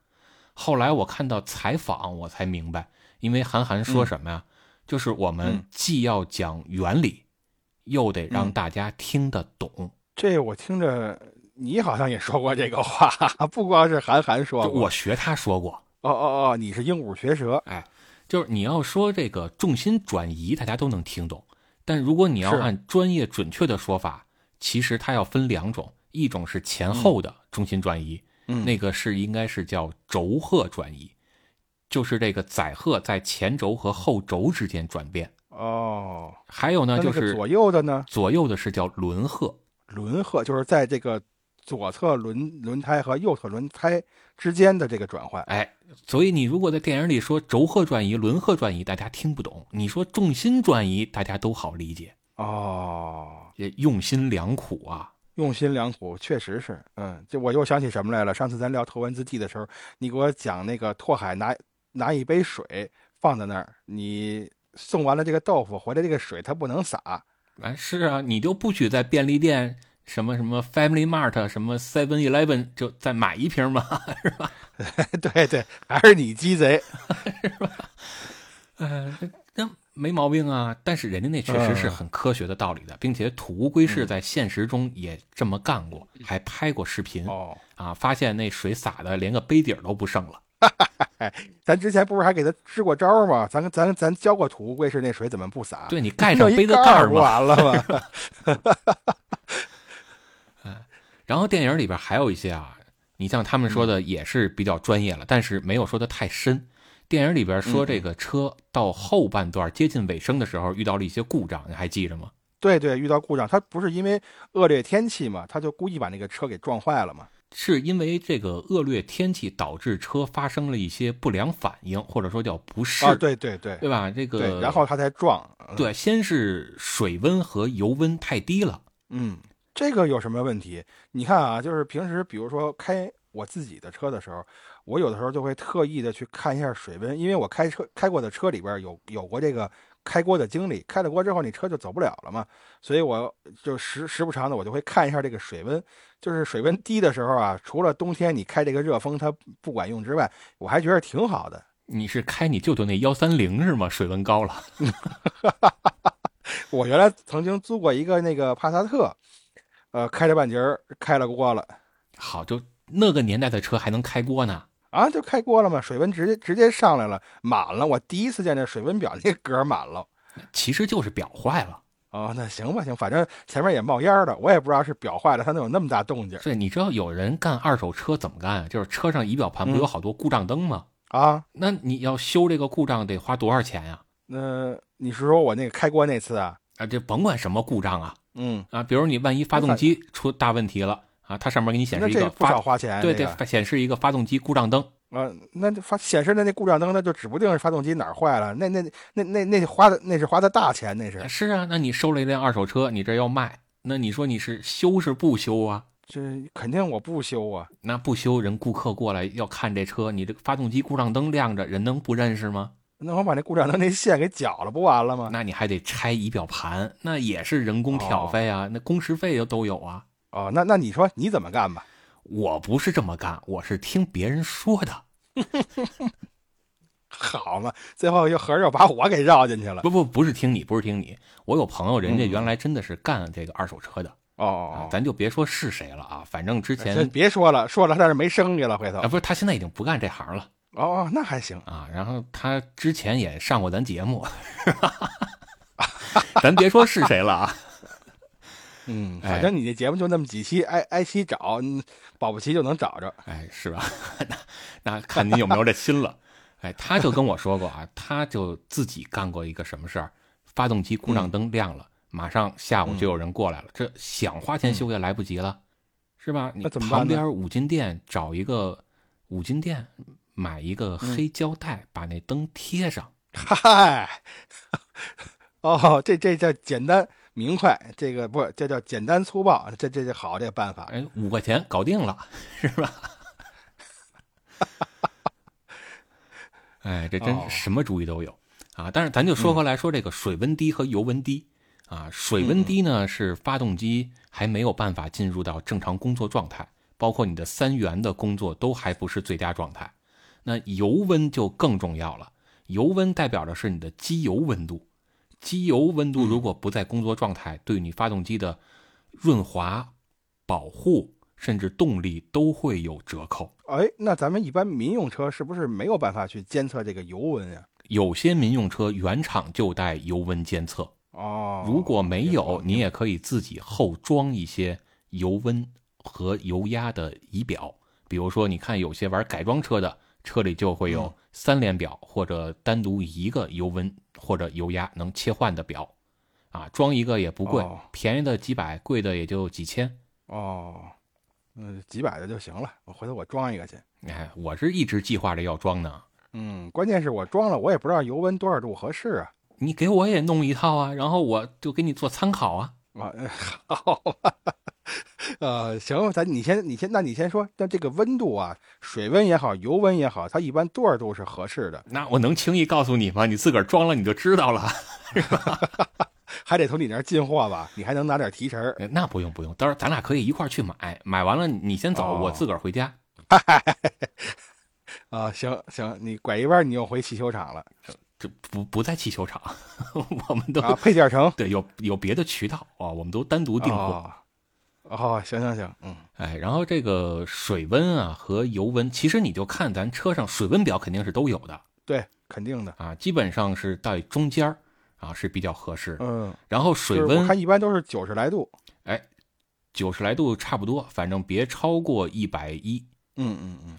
后来我看到采访，我才明白，因为韩寒说什么呀？就是我们嗯既要讲原理，又得让嗯大家听得懂。这我听着你好像也说过这个话，不光是韩寒说就过，我学他说过，哦哦哦，你是鹦鹉学舌，就是你要说这个重心转移，大家都能听懂。但如果你要是按专业准确的说法，其实它要分两种，一种是前后的中心转移，嗯那个是应该是叫轴荷转移，就是这个载荷在前轴和后轴之间转变。哦，还有呢，那就那个是左右的呢，左右的是叫轮荷，轮荷就是在这个左侧轮轮胎和右侧轮胎之间的这个转换。哎，所以你如果在电影里说轴荷转移、轮荷转移，大家听不懂；你说重心转移，大家都好理解。哦，也用心良苦啊，用心良苦，确实是。嗯，这我又想起什么来了？上次咱聊《头文字 D》的时候，你给我讲那个拓海拿拿一杯水放在那儿，你送完了这个豆腐回来，这个水它不能洒。 啊，是啊，你就不许在便利店什么什么 Family Mart、什么 Seven Eleven 就再买一瓶吗？对对，还是你鸡 贼。呃，那没毛病啊。但是人家那确实嗯是很科学的道理的，并且土乌龟是在现实中也这么干过，还拍过视频嗯哦，啊，发现那水洒的连个杯底儿都不剩了。咱之前不是还给他支过招儿吗？咱咱咱教过土乌龟是那水怎么不洒？，对你盖 上杯啊一子盖盖儿不嘛。完了吗？然后电影里边还有一些啊，你像他们说嗯的也是比较专业了，但是没有说的太深。电影里边说嗯这个车到后半段接近尾声的时候遇到了一些故障，你还记着吗？ 对对，遇到故障，他不是因为恶劣天气嘛，他就故意把那个车给撞坏了嘛。是因为这个恶劣天气导致车发生了一些不良反应，或者说叫不适，啊，对对对对吧？这个对，然后他才撞。嗯对，先是水温和油温太低了，嗯，这个有什么问题？你看啊，就是平时比如说开我自己的车的时候，我有的时候就会特意的去看一下水温，因为我开车开过的车里边有有过这个开锅的经历，开了锅之后你车就走不了了嘛，所以我就时时不常的我就会看一下这个水温，就是水温低的时候啊，除了冬天你开这个热风它不管用之外，我还觉得挺好的。你是开你舅舅那幺三零是吗？水温高了。我原来曾经租过一个那个帕萨特，呃，开了半截儿开了锅了。好，就那个年代的车还能开锅呢？啊，就开锅了嘛，水温直接直接上来了，满了。我第一次见这水温表那格儿满了。其实就是表坏了。哦，那行吧，行，反正前面也冒烟儿的，我也不知道是表坏了，它能有那么大动静儿对，你知道有人干二手车怎么干啊？就是车上仪表盘不嗯有好多故障灯吗？啊。那你要修这个故障得花多少钱呀、那、你是说我那个开锅那次啊？啊？这甭管什么故障啊嗯，啊，比如你万一发动机出大问题了啊，它上面给你显那示一这个不发少花钱、对这对个，显示一个发动机故障灯。啊，那就发显示的那故障灯，那就指不定是发动机哪儿坏了，那那那那那花的那是花的大钱，那是是啊，那你收了一辆二手车，你这要卖，那你说你是修是不修啊？这肯定我不修啊。那不修，人顾客过来要看这车，你这个发动机故障灯亮着，人能不认识吗？那我把那故障灯那线给绞了，不完了吗？那你还得拆仪表盘，那也是人工挑费啊，那工时费都有啊。哦，那那你说你怎么干吧？我不是这么干，我是听别人说的。好嘛，最后又合着又把我给绕进去了。不不，不是听你，不是听你。我有朋友，人家嗯原来真的是干这个二手车的、啊哦，，咱就别说是谁了啊，反正之前这别说了，说了但是没生意了，回头。啊，不是他现在已经不干这行了哦哦，那还行。啊。然后他之前也上过咱节目， 咱别说是谁了啊。嗯，哎反正你这节目就那么几期，挨挨期找，嗯保不齐就能找着。 哎，是吧？ 那那看您有没有这心了。哎，他就跟我说过啊，他就自己干过一个什么事儿，发动机故嗯障灯亮了，马上下午就有人过来了，这想花钱修也来不及了，是吧？你嗯那怎么办旁呢边五金店找一个五金店买一个嗯黑胶带，把那灯贴上。嗨，哦，这这叫简单明快，这个不这叫简单粗暴，这这就好这个办法。哎，五块钱搞定了，是吧？哎，这真哦什么主意都有、啊！但是咱就说回来说这个水温低和油温低啊，水温低呢是发动机还没有办法进入到正常工作状态，包括你的三元的工作都还不是最佳状态。那油温就更重要了，油温代表的是你的机油温度，机油温度如果不在工作状态，对你发动机的润滑、保护甚至动力都会有折扣。哎，那咱们一般民用车是不是没有办法去监测这个油温呀、有些民用车原厂就带油温监测，哦，如果没有，你也也可以自己后装一些油温和油压的仪表，比如说，你看有些玩改装车的，车里就会有嗯三连表或者单独一个油温或者油压能切换的表，啊，装一个也不贵哦，便宜的几百，贵的也就几千。哦，嗯，几百的就行了，我回头我装一个去。哎，我是一直计划着要装呢，嗯，关键是我装了，我也不知道油温多少度合适啊。你给我也弄一套啊，然后我就给你做参考啊。啊，呃好， 呃，行，咱你先，你先，那你先说，那这个温度啊，水温也好，油温也好，它一般多少度是合适的？那我能轻易告诉你吗？你自个儿装了你就知道了。还得从你那儿进货吧？你还能拿点提成儿？ 哎那不用不用，到时候咱俩可以一块儿去买，买完了你先走，哦我自个儿回家。啊，行行，你拐一弯，你又回汽修 厂了这不不在汽修厂， 我们都、啊？配件城对有有别的渠道啊，我们都单独订货。哦哦，行行行，嗯，哎，然后这个水温啊和油温，其实你就看咱车上水温表肯定是都有的对，肯定的，啊，基本上是在中间儿啊是比较合适。嗯，然后就水是我温看一般都是九十来度，九十来度差不多，反正别超过一百一。嗯嗯嗯，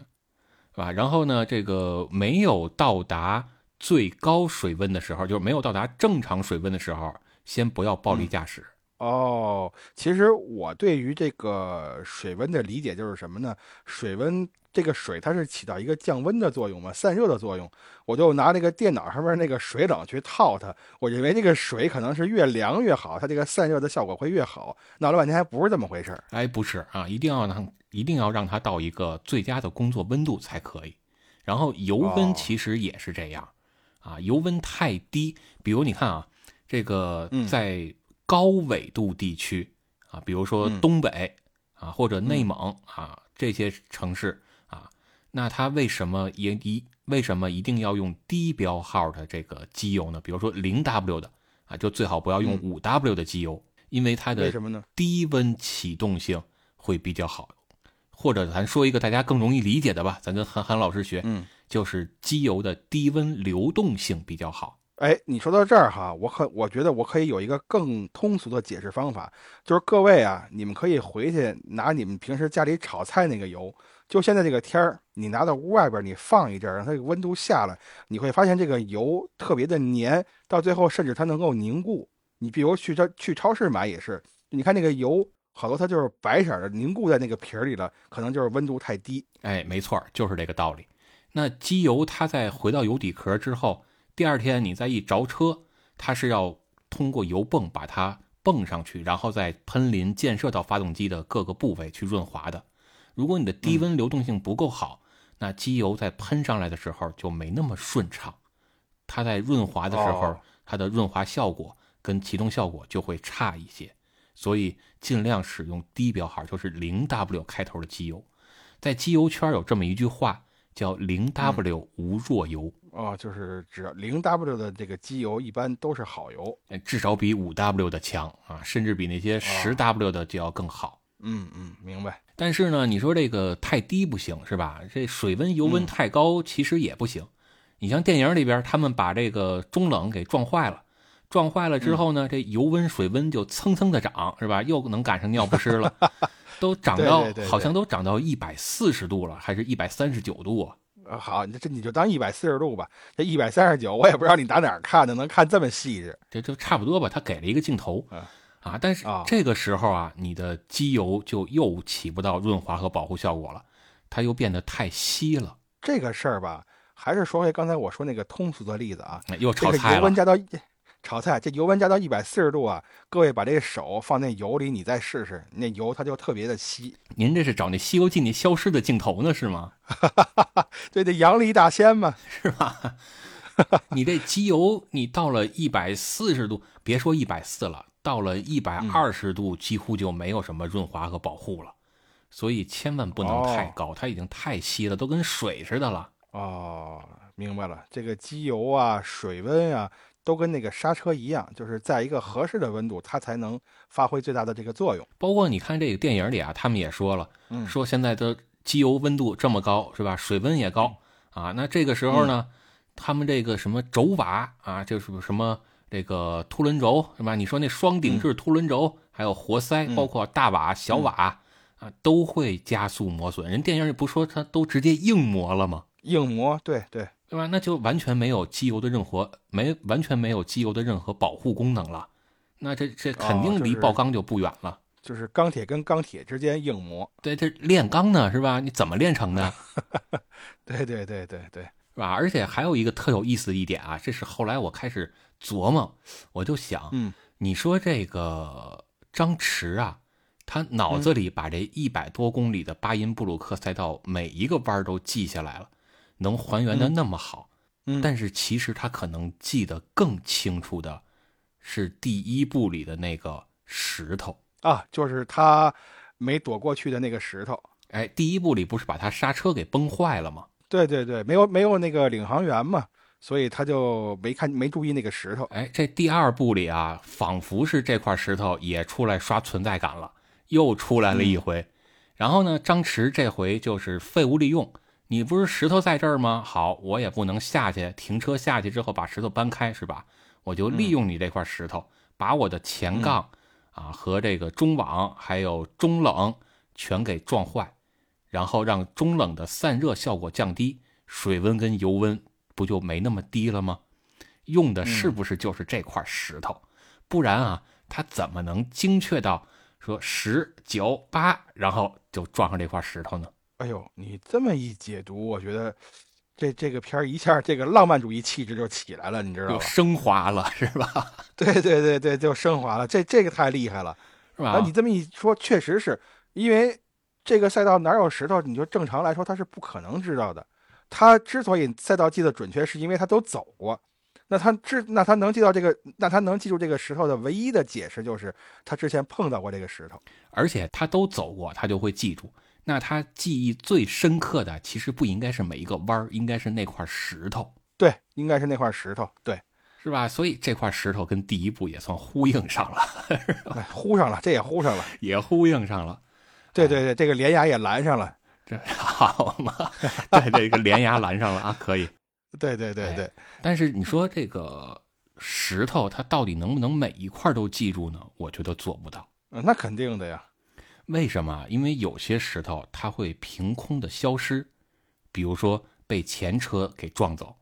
是吧？然后呢，这个没有到达最高水温的时候，就是没有到达正常水温的时候，先不要暴力驾驶。哦，其实我对于这个水温的理解就是什么呢？水温这个水它是起到一个降温的作用嘛，散热的作用。我就拿那个电脑上面那个水冷去套它，我认为这个水可能是越凉越好，它这个散热的效果会越好。闹了半天还不是这么回事儿。哎，不是啊，一定要让一定要让它到一个最佳的工作温度才可以。然后油温哦其实也是这样，啊，油温太低，比如你看啊，这个嗯在高纬度地区啊，比如说嗯东北啊或者内蒙啊这些城市啊，那它为什么也一为什么一定要用低标号的这个机油呢？比如说零 W 的啊，就最好不要用嗯五 W 的机油，因为它为的什么呢？低温启动性会比较好。或者咱说一个大家更容易理解的吧，咱跟韩寒老师学，嗯，就是机油的低温流动性比较好。哎，你说到这儿哈，我可我觉得我可以有一个更通俗的解释方法，就是各位啊，你们可以回去拿你们平时家里炒菜那个油，就现在这个天儿，你拿到屋外边儿，你放一阵儿，让它这个温度下来，你会发现这个油特别的粘，到最后甚至它能够凝固。你比如去超去超市买也是，你看那个油好多它就是白色儿的，凝固在那个瓶儿里了，可能就是温度太低。哎，没错儿，就是这个道理。那机油它在回到油底壳之后，第二天你再一着车，它是要通过油泵把它泵上去，然后再喷淋溅射到发动机的各个部位去润滑的。如果你的低温流动性不够好，那机油在喷上来的时候就没那么顺畅，它在润滑的时候，哦它的润滑效果跟启动效果就会差一些。所以尽量使用低标号，就是零 W 开头的机油。在机油圈有这么一句话，叫“零 W 无弱油哦，就是只要零 W 的这个机油一般都是好油。”，呃至少比五 W 的强啊，甚至比那哦些十 W 的就要更好。嗯嗯，明白。但是呢，你说这个太低不行是吧？这水温、油温嗯太高其实也不行。你像电影里边，他们把这个中冷给撞坏了，撞坏了之嗯后呢，这油温、水温就蹭蹭的涨是吧？又能赶上尿不湿 了，都涨到对对对对好像都涨到一百四十度了，还是一百三十九度啊？啊，好，你这你就当一百四十度吧。这一百三十九，我也不知道你打哪儿看的，能看这么细致。这就差不多吧。他给了一个镜头啊啊，但是啊这个时候啊，你的机油就又起不到润滑和保护效果了，它又变得太稀了，这个事儿吧，还是说回刚才我说那个通俗的例子啊，哎又这炒个菜油温了。加到炒菜，这油温加到一百四十度啊，各位把这个手放那油里，你再试试，那油它就特别的稀。您这是找那《西游记》那消失的镜头呢是 吗？对，那杨梨大仙嘛，是吧？你这机油你到了一百四十度，别说一百四了，到了一百嗯二十度几乎就没有什么润滑和保护了，所以千万不能太哦高，它已经太稀了，都跟水似的了。哦，明白了，这个机油啊、水温啊，都跟那个刹车一样，就是在一个合适的温度，它才能发挥最大的这个作用。包括你看这个电影里啊，他们也说了，嗯说现在的机油温度这么高，是吧？水温嗯也高啊。那这个时候呢，他们这个什么轴瓦啊，就是什么这个凸轮轴是吧？你说那双顶置凸轮轴，还有活塞，嗯包括大瓦、小瓦啊，都会加速磨损。人电影里不说它都直接硬磨了吗？硬磨，对对，对吧？那就完全没有机油的任何没完全没有机油的任何保护功能了。那这这肯定哦就离是爆缸就不远了。就是钢铁跟钢铁之间硬磨，对，这炼钢呢是吧？你怎么炼成的？对对对对对，是吧？而且还有一个特有意思的一点啊，这是后来我开始琢磨，我就想，嗯，你说这个张弛啊，他脑嗯子里把这一百多公里的巴音布鲁克赛道每一个弯儿都记下来了，能还原的那么好，嗯但是其实他可能记得更清楚的是第一部里的那个石头。啊，就是他没躲过去的那个石头，哎，第一部里不是把他刹车给崩坏了吗？对对对，没有没有那个领航员嘛，所以他就没看没注意那个石头，哎，这第二部里啊，仿佛是这块石头也出来刷存在感了，又出来了一回。然后呢，张弛这回就是废物利用。你不是石头在这儿吗？好，我也不能下去，停车下去之后把石头搬开是吧？我就利用你这块石头，把我的前杠、啊和这个中网还有中冷全给撞坏，然后让中冷的散热效果降低，水温跟油温不就没那么低了吗？用嗯的是不是就是这块石头？不然啊，它怎么能精确到说十九八，然后就撞上这块石头呢？哎呦，你这么一解读，我觉得这这个片儿一下这个浪漫主义气质就起来了，你知道又吧？升华了，是吧？对对对对，就升华了，这这个太厉害了。是然后吧啊你？这么一说，确实是因为这个赛道哪有石头，你就正常来说它是不可能知道的。他之所以赛道记得准确，是因为他都走过。那他知，那他能记到这个，那他能记住这个石头的唯一的解释就是他之前碰到过这个石头。而且他都走过，他就会记住。那他记忆最深刻的，其实不应该是每一个弯儿，应该是那块石头，对，应该是那块石头。对，是吧？所以这块石头跟第一部也算呼应上了，哎，呼上了，这也呼上了。也呼应上了。对对对，这个连牙也拦上了。这 好嘛，在这个连牙拦上了啊，可以。对对对对，但是你说这个石头，它到底能不能每一块都记住呢？我觉得做不到。嗯，那肯定的呀。为什么？因为有些石头它会凭空的消失，比如说被前车给撞走；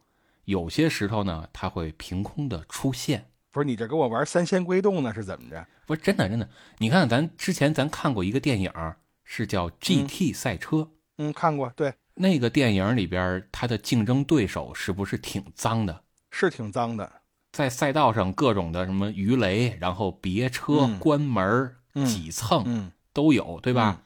有些石头呢，它会凭空的出现。不是你这跟我玩三仙归洞呢，是怎么着？不是真的，真的。你看，咱之前咱看过一个电影儿，是叫《GT 赛车》。嗯，看过，对，那个电影里边儿，它的竞争对手是不是挺脏的？是挺脏的。在赛道上各种的什么鱼雷，然后别车、嗯关门儿、嗯挤蹭、嗯，都有，对吧？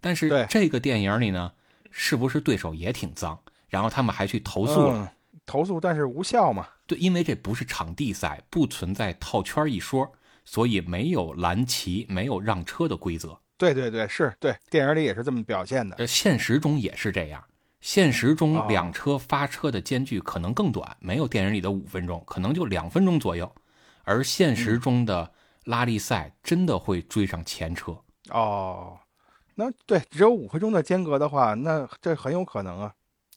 但是对这个电影里呢，是不是对手也挺脏？然后他们还去投诉了，嗯投诉，但是无效嘛。对，因为这不是场地赛，不存在套圈一说，所以没有拦旗，没有让车的规则。对对对，是对，电影里也是这么表现的。呃，现实中也是这样。现实中哦两车发车的间距可能更短，没有电影里的五分钟，可能就两分钟左右。而现嗯实中的拉力赛真的会追上前车，哦，那对，只有五分钟的间隔的话，那这很有可能啊。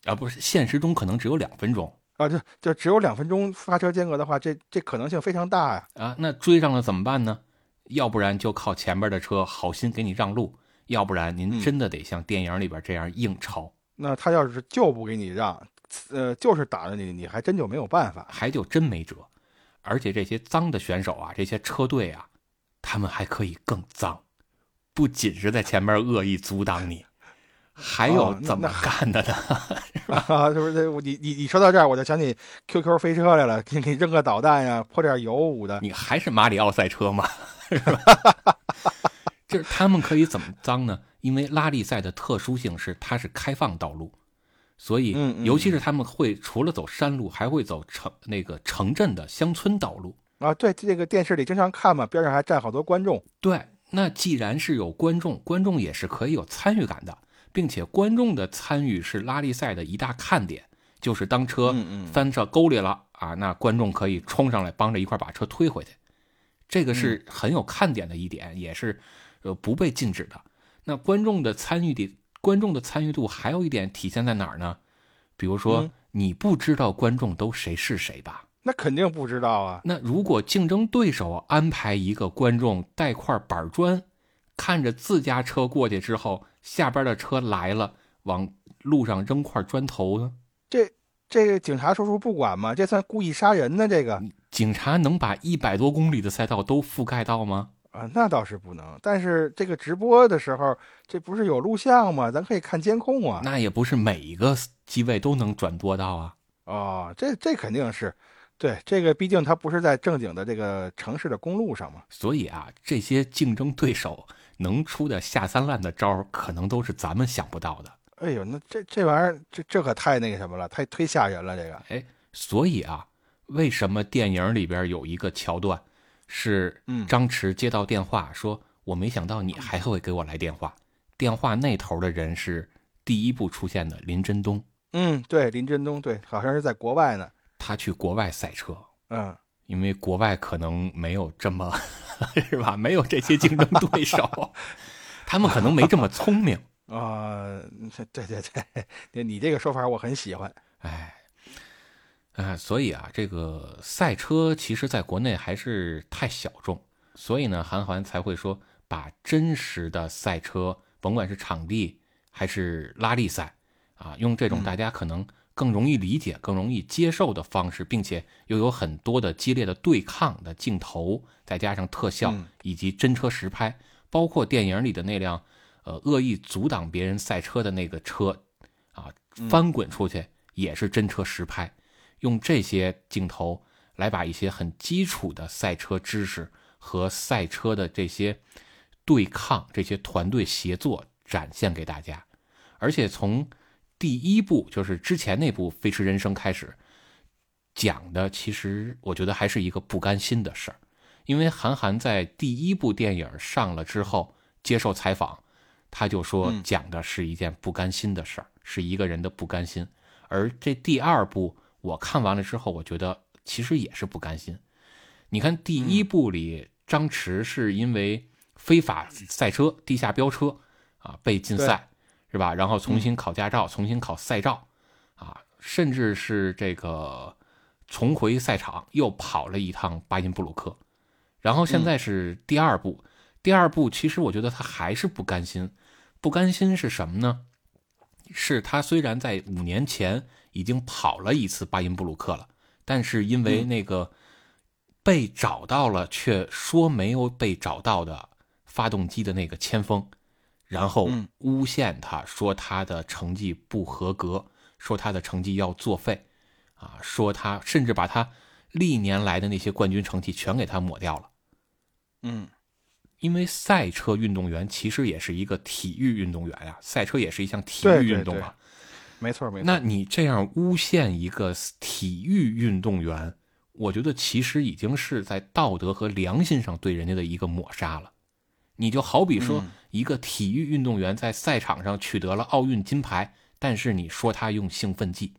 啊，不是现实中可能只有两分钟啊，就就只有两分钟发车间隔的话，这这可能性非常大呀、啊，那追上了怎么办呢？要不然就靠前边的车好心给你让路，要不然您嗯真的得像电影里边这样硬超，那他要是就不给你让，呃，就是打着你，你还真就没有 办法。还就真没辙。而且这些脏的选手啊，这些车队啊，他们还可以更脏，不仅是在前面恶意阻挡你，还有哦那怎么那干的呢？ 啊，是不是？我你你你说到这儿，我就想起 QQ 飞车来了，给你扔个导弹呀，泼点油舞的。你还是马里奥赛车嘛， 是吧？ 就是他们可以怎么脏呢？因为拉力赛的特殊性是它是开放道路，所以嗯嗯尤其是他们会除了走山路，还会走城那个城镇的乡村道路。啊，对，这个电视里经常看嘛，边上还站好多观众。对，那既然是有观众，观众也是可以有参与感的，并且观众的参与是拉力赛的一大看点，就是当车嗯嗯翻到沟里了啊，那观众可以冲上来帮着一块把车推回去，这个是嗯很有看点的一点，也是呃不被禁止的。那观众的参与的观众的参与度还有一点体现在哪儿呢？比如说、嗯你不知道观众都谁是谁吧？那肯定不知道啊。那如果竞争对手安排一个观众带块板砖，看着自家车过去之后，下边的车来了，往路上扔块砖头呢？这个警察叔叔不管吗？这算故意杀人呢？这个警察能把一百多公里的赛道都覆盖到吗？啊，那倒是不能。但是这个直播的时候，这不是有录像吗？咱可以看监控啊。那也不是每一个机位都能转播到啊。哦，这这肯定是，对，这个毕竟它不是在正经的这个城市的公路上嘛。所以啊，这些竞争对手能出的下三滥的招儿，可能都是咱们想不到的。哎呦，那这这玩意儿，这这可太那个什么了，太忒吓人了。这个哎所以啊，为什么电影里边有一个桥段是嗯张弛接到电话说：“我没想到你还会给我来电话。”电话那头的人是第一部出现的林振东，嗯，对，林振东，对，好像是在国外呢。他去国外赛车，嗯，因为国外可能没有这么 是吧？没有这些竞争对手，他们可能没这么聪明。啊、 对对对， 你你这个说法我很喜欢。哎，哎，所以啊，这个赛车其实在国内还是太小众，所以呢，韩寒才会说把真实的赛车，甭管是场地还是拉力赛啊，用这种嗯大家可能更容易理解、更容易接受的方式，并且又有很多的激烈的对抗的镜头，再加上特效嗯以及真车实拍，包括电影里的那辆呃恶意阻挡别人赛车的那个车啊，翻滚出去也是真车实拍，用这些镜头来把一些很基础的赛车知识和赛车的这些对抗、这些团队协作展现给大家。而且从第一部，就是之前那部《飞驰人生》开始，讲的其实我觉得还是一个不甘心的事儿，因为韩寒在第一部电影上了之后接受采访，他就说嗯讲的是一件不甘心的事儿，是一个人的不甘心。而这第二部我看完了之后，我觉得其实也是不甘心。你看第一部里，张弛是因为非法赛车、地下飙车啊被禁赛，是吧？然后重新考驾照，重新考赛照，啊，甚至是这个重回赛场，又跑了一趟巴音布鲁克。然后现在是第二部，第二部其实我觉得他还是不甘心，不甘心是什么呢？是他虽然在五年前已经跑了一次巴音布鲁克了，但是因为那个被找到了却说没有被找到的发动机的那个铅封，然后嗯诬陷他说他的成绩不合格，说他的成绩要作废，啊，说他甚至把他历年来的那些冠军成绩全给他抹掉了。嗯因为赛车运动员其实也是一个体育运动员呀、赛车也是一项体对育对运动对啊。没错没错。那你这样诬陷一个体育运动员，我觉得其实已经是在道德和良心上对人家的一个抹杀了。你就好比说嗯，一个体育运动员在赛场上取得了奥运金牌，但是你说他用兴奋剂，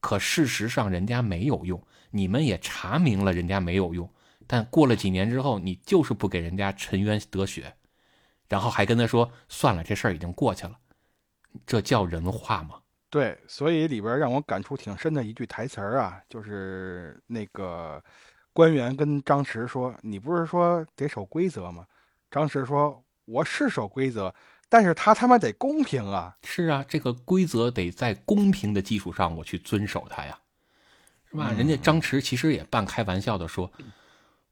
可事实上人家没有用，你们也查明了人家没有用，但过了几年之后，你就是不给人家沉冤得雪，然后还跟他说算了，这事儿已经过去了，这叫人话吗？对，所以里边儿让我感触挺深的一句台词儿啊，就是那个官员跟张弛说：“你不是说得守规则吗？”张弛说：“我是守规则，但是他他妈得公平啊。是啊，这个规则得在公平的基础上，我去遵守它呀，是吧？人家张弛其实也半开玩笑的说，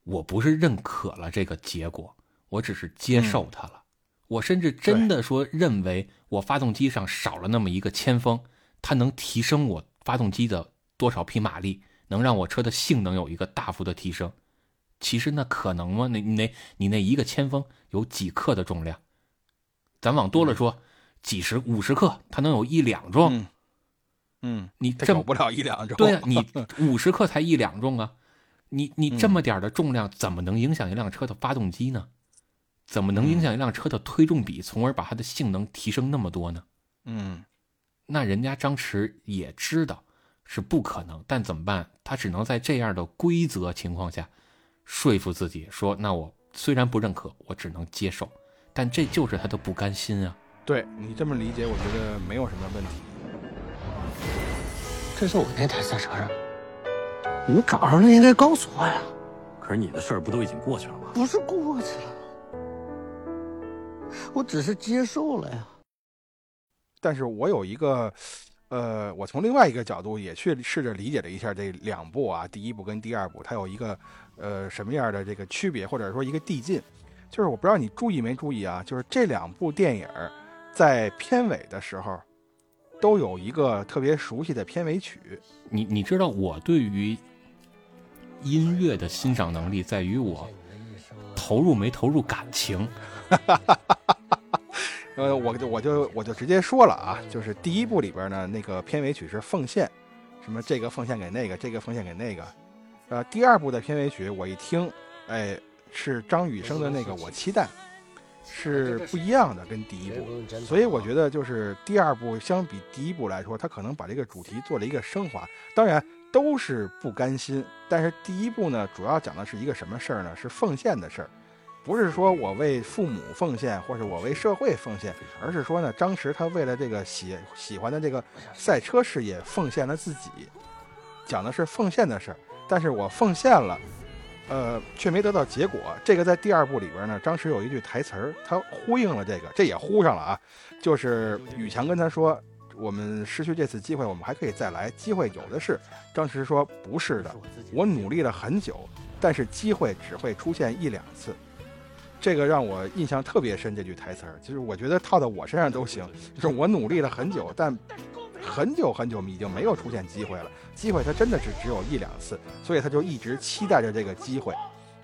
我不是认可了这个结果，我只是接受它了。我甚至真的说认为，我发动机上少了那么一个铅封，它能提升我发动机的多少匹马力，能让我车的性能有一个大幅的提升。其实那可能吗？那你那你那一个铅封有几克的重量？咱往多了说，几十、五十克，它能有一两重。嗯”嗯，你他这搞么不了一两周。对 啊，你五十克才一两重啊，你你这么点儿的重量，怎么能影响一辆车的发动机呢？怎么能影响一辆车的推重比，从而把它的性能提升那么多呢？嗯，那人家张弛也知道是不可能，但怎么办？他只能在这样的规则情况下说服自己，说那我虽然不认可，我只能接受，但这就是他的不甘心啊。对你这么理解，我觉得没有什么问题。这是我那台赛车上，你找着了应该告诉我呀。可是你的事儿不都已经过去了吗？不是过去了，我只是接受了呀。但是我有一个，呃，我从另外一个角度也去试着理解了一下这两部啊，第一部跟第二部它有一个呃什么样的这个区别，或者说一个递进。就是我不知道你注意没注意啊，就是这两部电影儿在片尾的时候都有一个特别熟悉的片尾曲。你你知道我对于音乐的欣赏能力在于我投入没投入感情。呃，我就我就我就直接说了啊，就是第一部里边呢，那个片尾曲是奉献，什么这个奉献给那个，这个奉献给那个。呃，第二部的片尾曲我一听，哎，是张雨生的那个《我期待》，是不一样的，啊跟第一部。所以我觉得就是第二部相比第一部来说，它可能把这个主题做了一个升华。当然都是不甘心，但是第一部呢，主要讲的是一个什么事儿呢？是奉献的事儿，不是说我为父母奉献，或者我为社会奉献，而是说呢，张弛他为了这个喜喜欢的这个赛车事业奉献了自己，讲的是奉献的事儿。但是我奉献了，呃，却没得到结果。这个在第二部里边呢，张弛有一句台词儿，他呼应了这个，这也呼上了啊。就是宇强跟他说：“我们失去这次机会，我们还可以再来，机会有的是。”张弛说：“不是的，我努力了很久，但是机会只会出现一两次。”这个让我印象特别深，这句台词儿，就是我觉得套到我身上都行。就是我努力了很久，但很久很久已经没有出现机会了。机会它真的是只有一两次，所以他就一直期待着这个机会。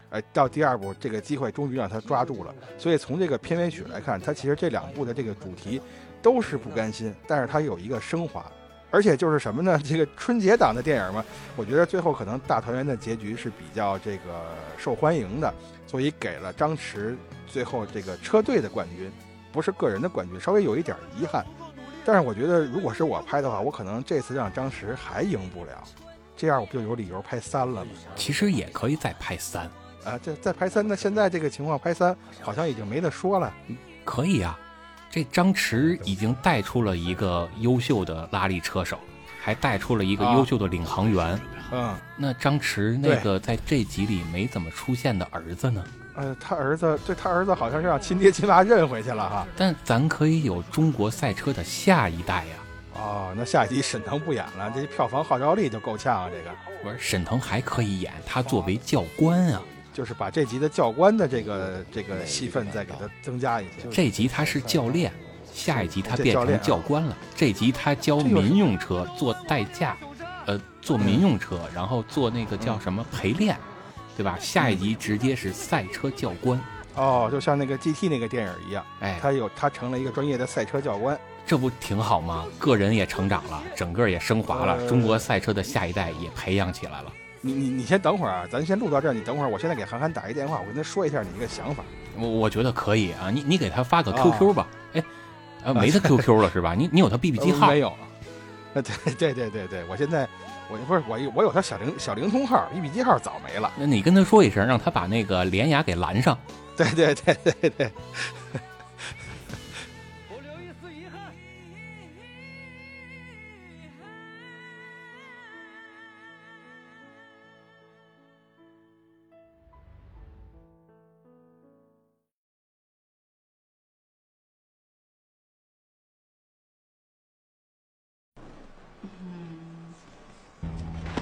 哎，到第二部这个机会终于让他抓住了。所以从这个片尾曲来看，它其实这两部的这个主题都是不甘心，但是它有一个升华。而且就是什么呢？这个春节档的电影嘛，我觉得最后可能大团圆的结局是比较这个受欢迎的，所以给了张弛最后这个车队的冠军，不是个人的冠军，稍微有一点遗憾。但是我觉得，如果是我拍的话，我可能这次让张弛还赢不了，这样我不就有理由拍三了吗？其实也可以再拍三，啊，这再拍三，那现在这个情况拍三好像已经没得说了。可以啊。这张弛已经带出了一个优秀的拉力车手，还带出了一个优秀的领航员。嗯，那张弛那个在这集里没怎么出现的儿子呢？呃，他儿子对他儿子好像是让亲爹亲妈认回去了哈。但咱可以有中国赛车的下一代呀、啊哦，那下一集沈腾不演了，这票房号召力就够呛啊！这个我说沈腾还可以演，他作为教官啊，就是把这集的教官的这个这个戏份再给他增加一些。这集他是教练，下一集他这变教练成啊教官了。这集他教这有什民用车做代驾，呃，做民用车，然后做那个叫什么嗯陪练，对吧？下一集直接是赛车教官。哦，就像那个 GT 那个电影一样，哎，他有他成了一个专业的赛车教官。这不挺好吗？个人也成长了，整个也升华了，呃中国赛车的下一代也培养起来了。你你你先等会儿啊，咱先录到这儿，你等会儿，我现在给韩寒打一电话，我跟他说一下你一个想法。我我觉得可以啊，你你给他发个哦 QQ 吧。哎，啊，没 他 QQ 了是吧？你你有他 BB 机呃号没？有？ 呃，对对对对对，我现在我不是我有我有他小灵小灵通号，B B 机号早没了。那你跟他说一声，让他把那个蓝牙给拦上。对对对对对。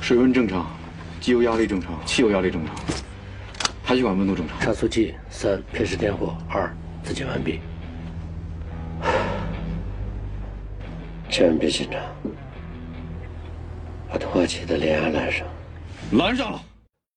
水温正常，机油压力正常，汽油压力正常，排气管温度正常。差速器三，偏食点火二，自检完毕。千万别紧张，把通话器的蓝牙拦上。拦上了。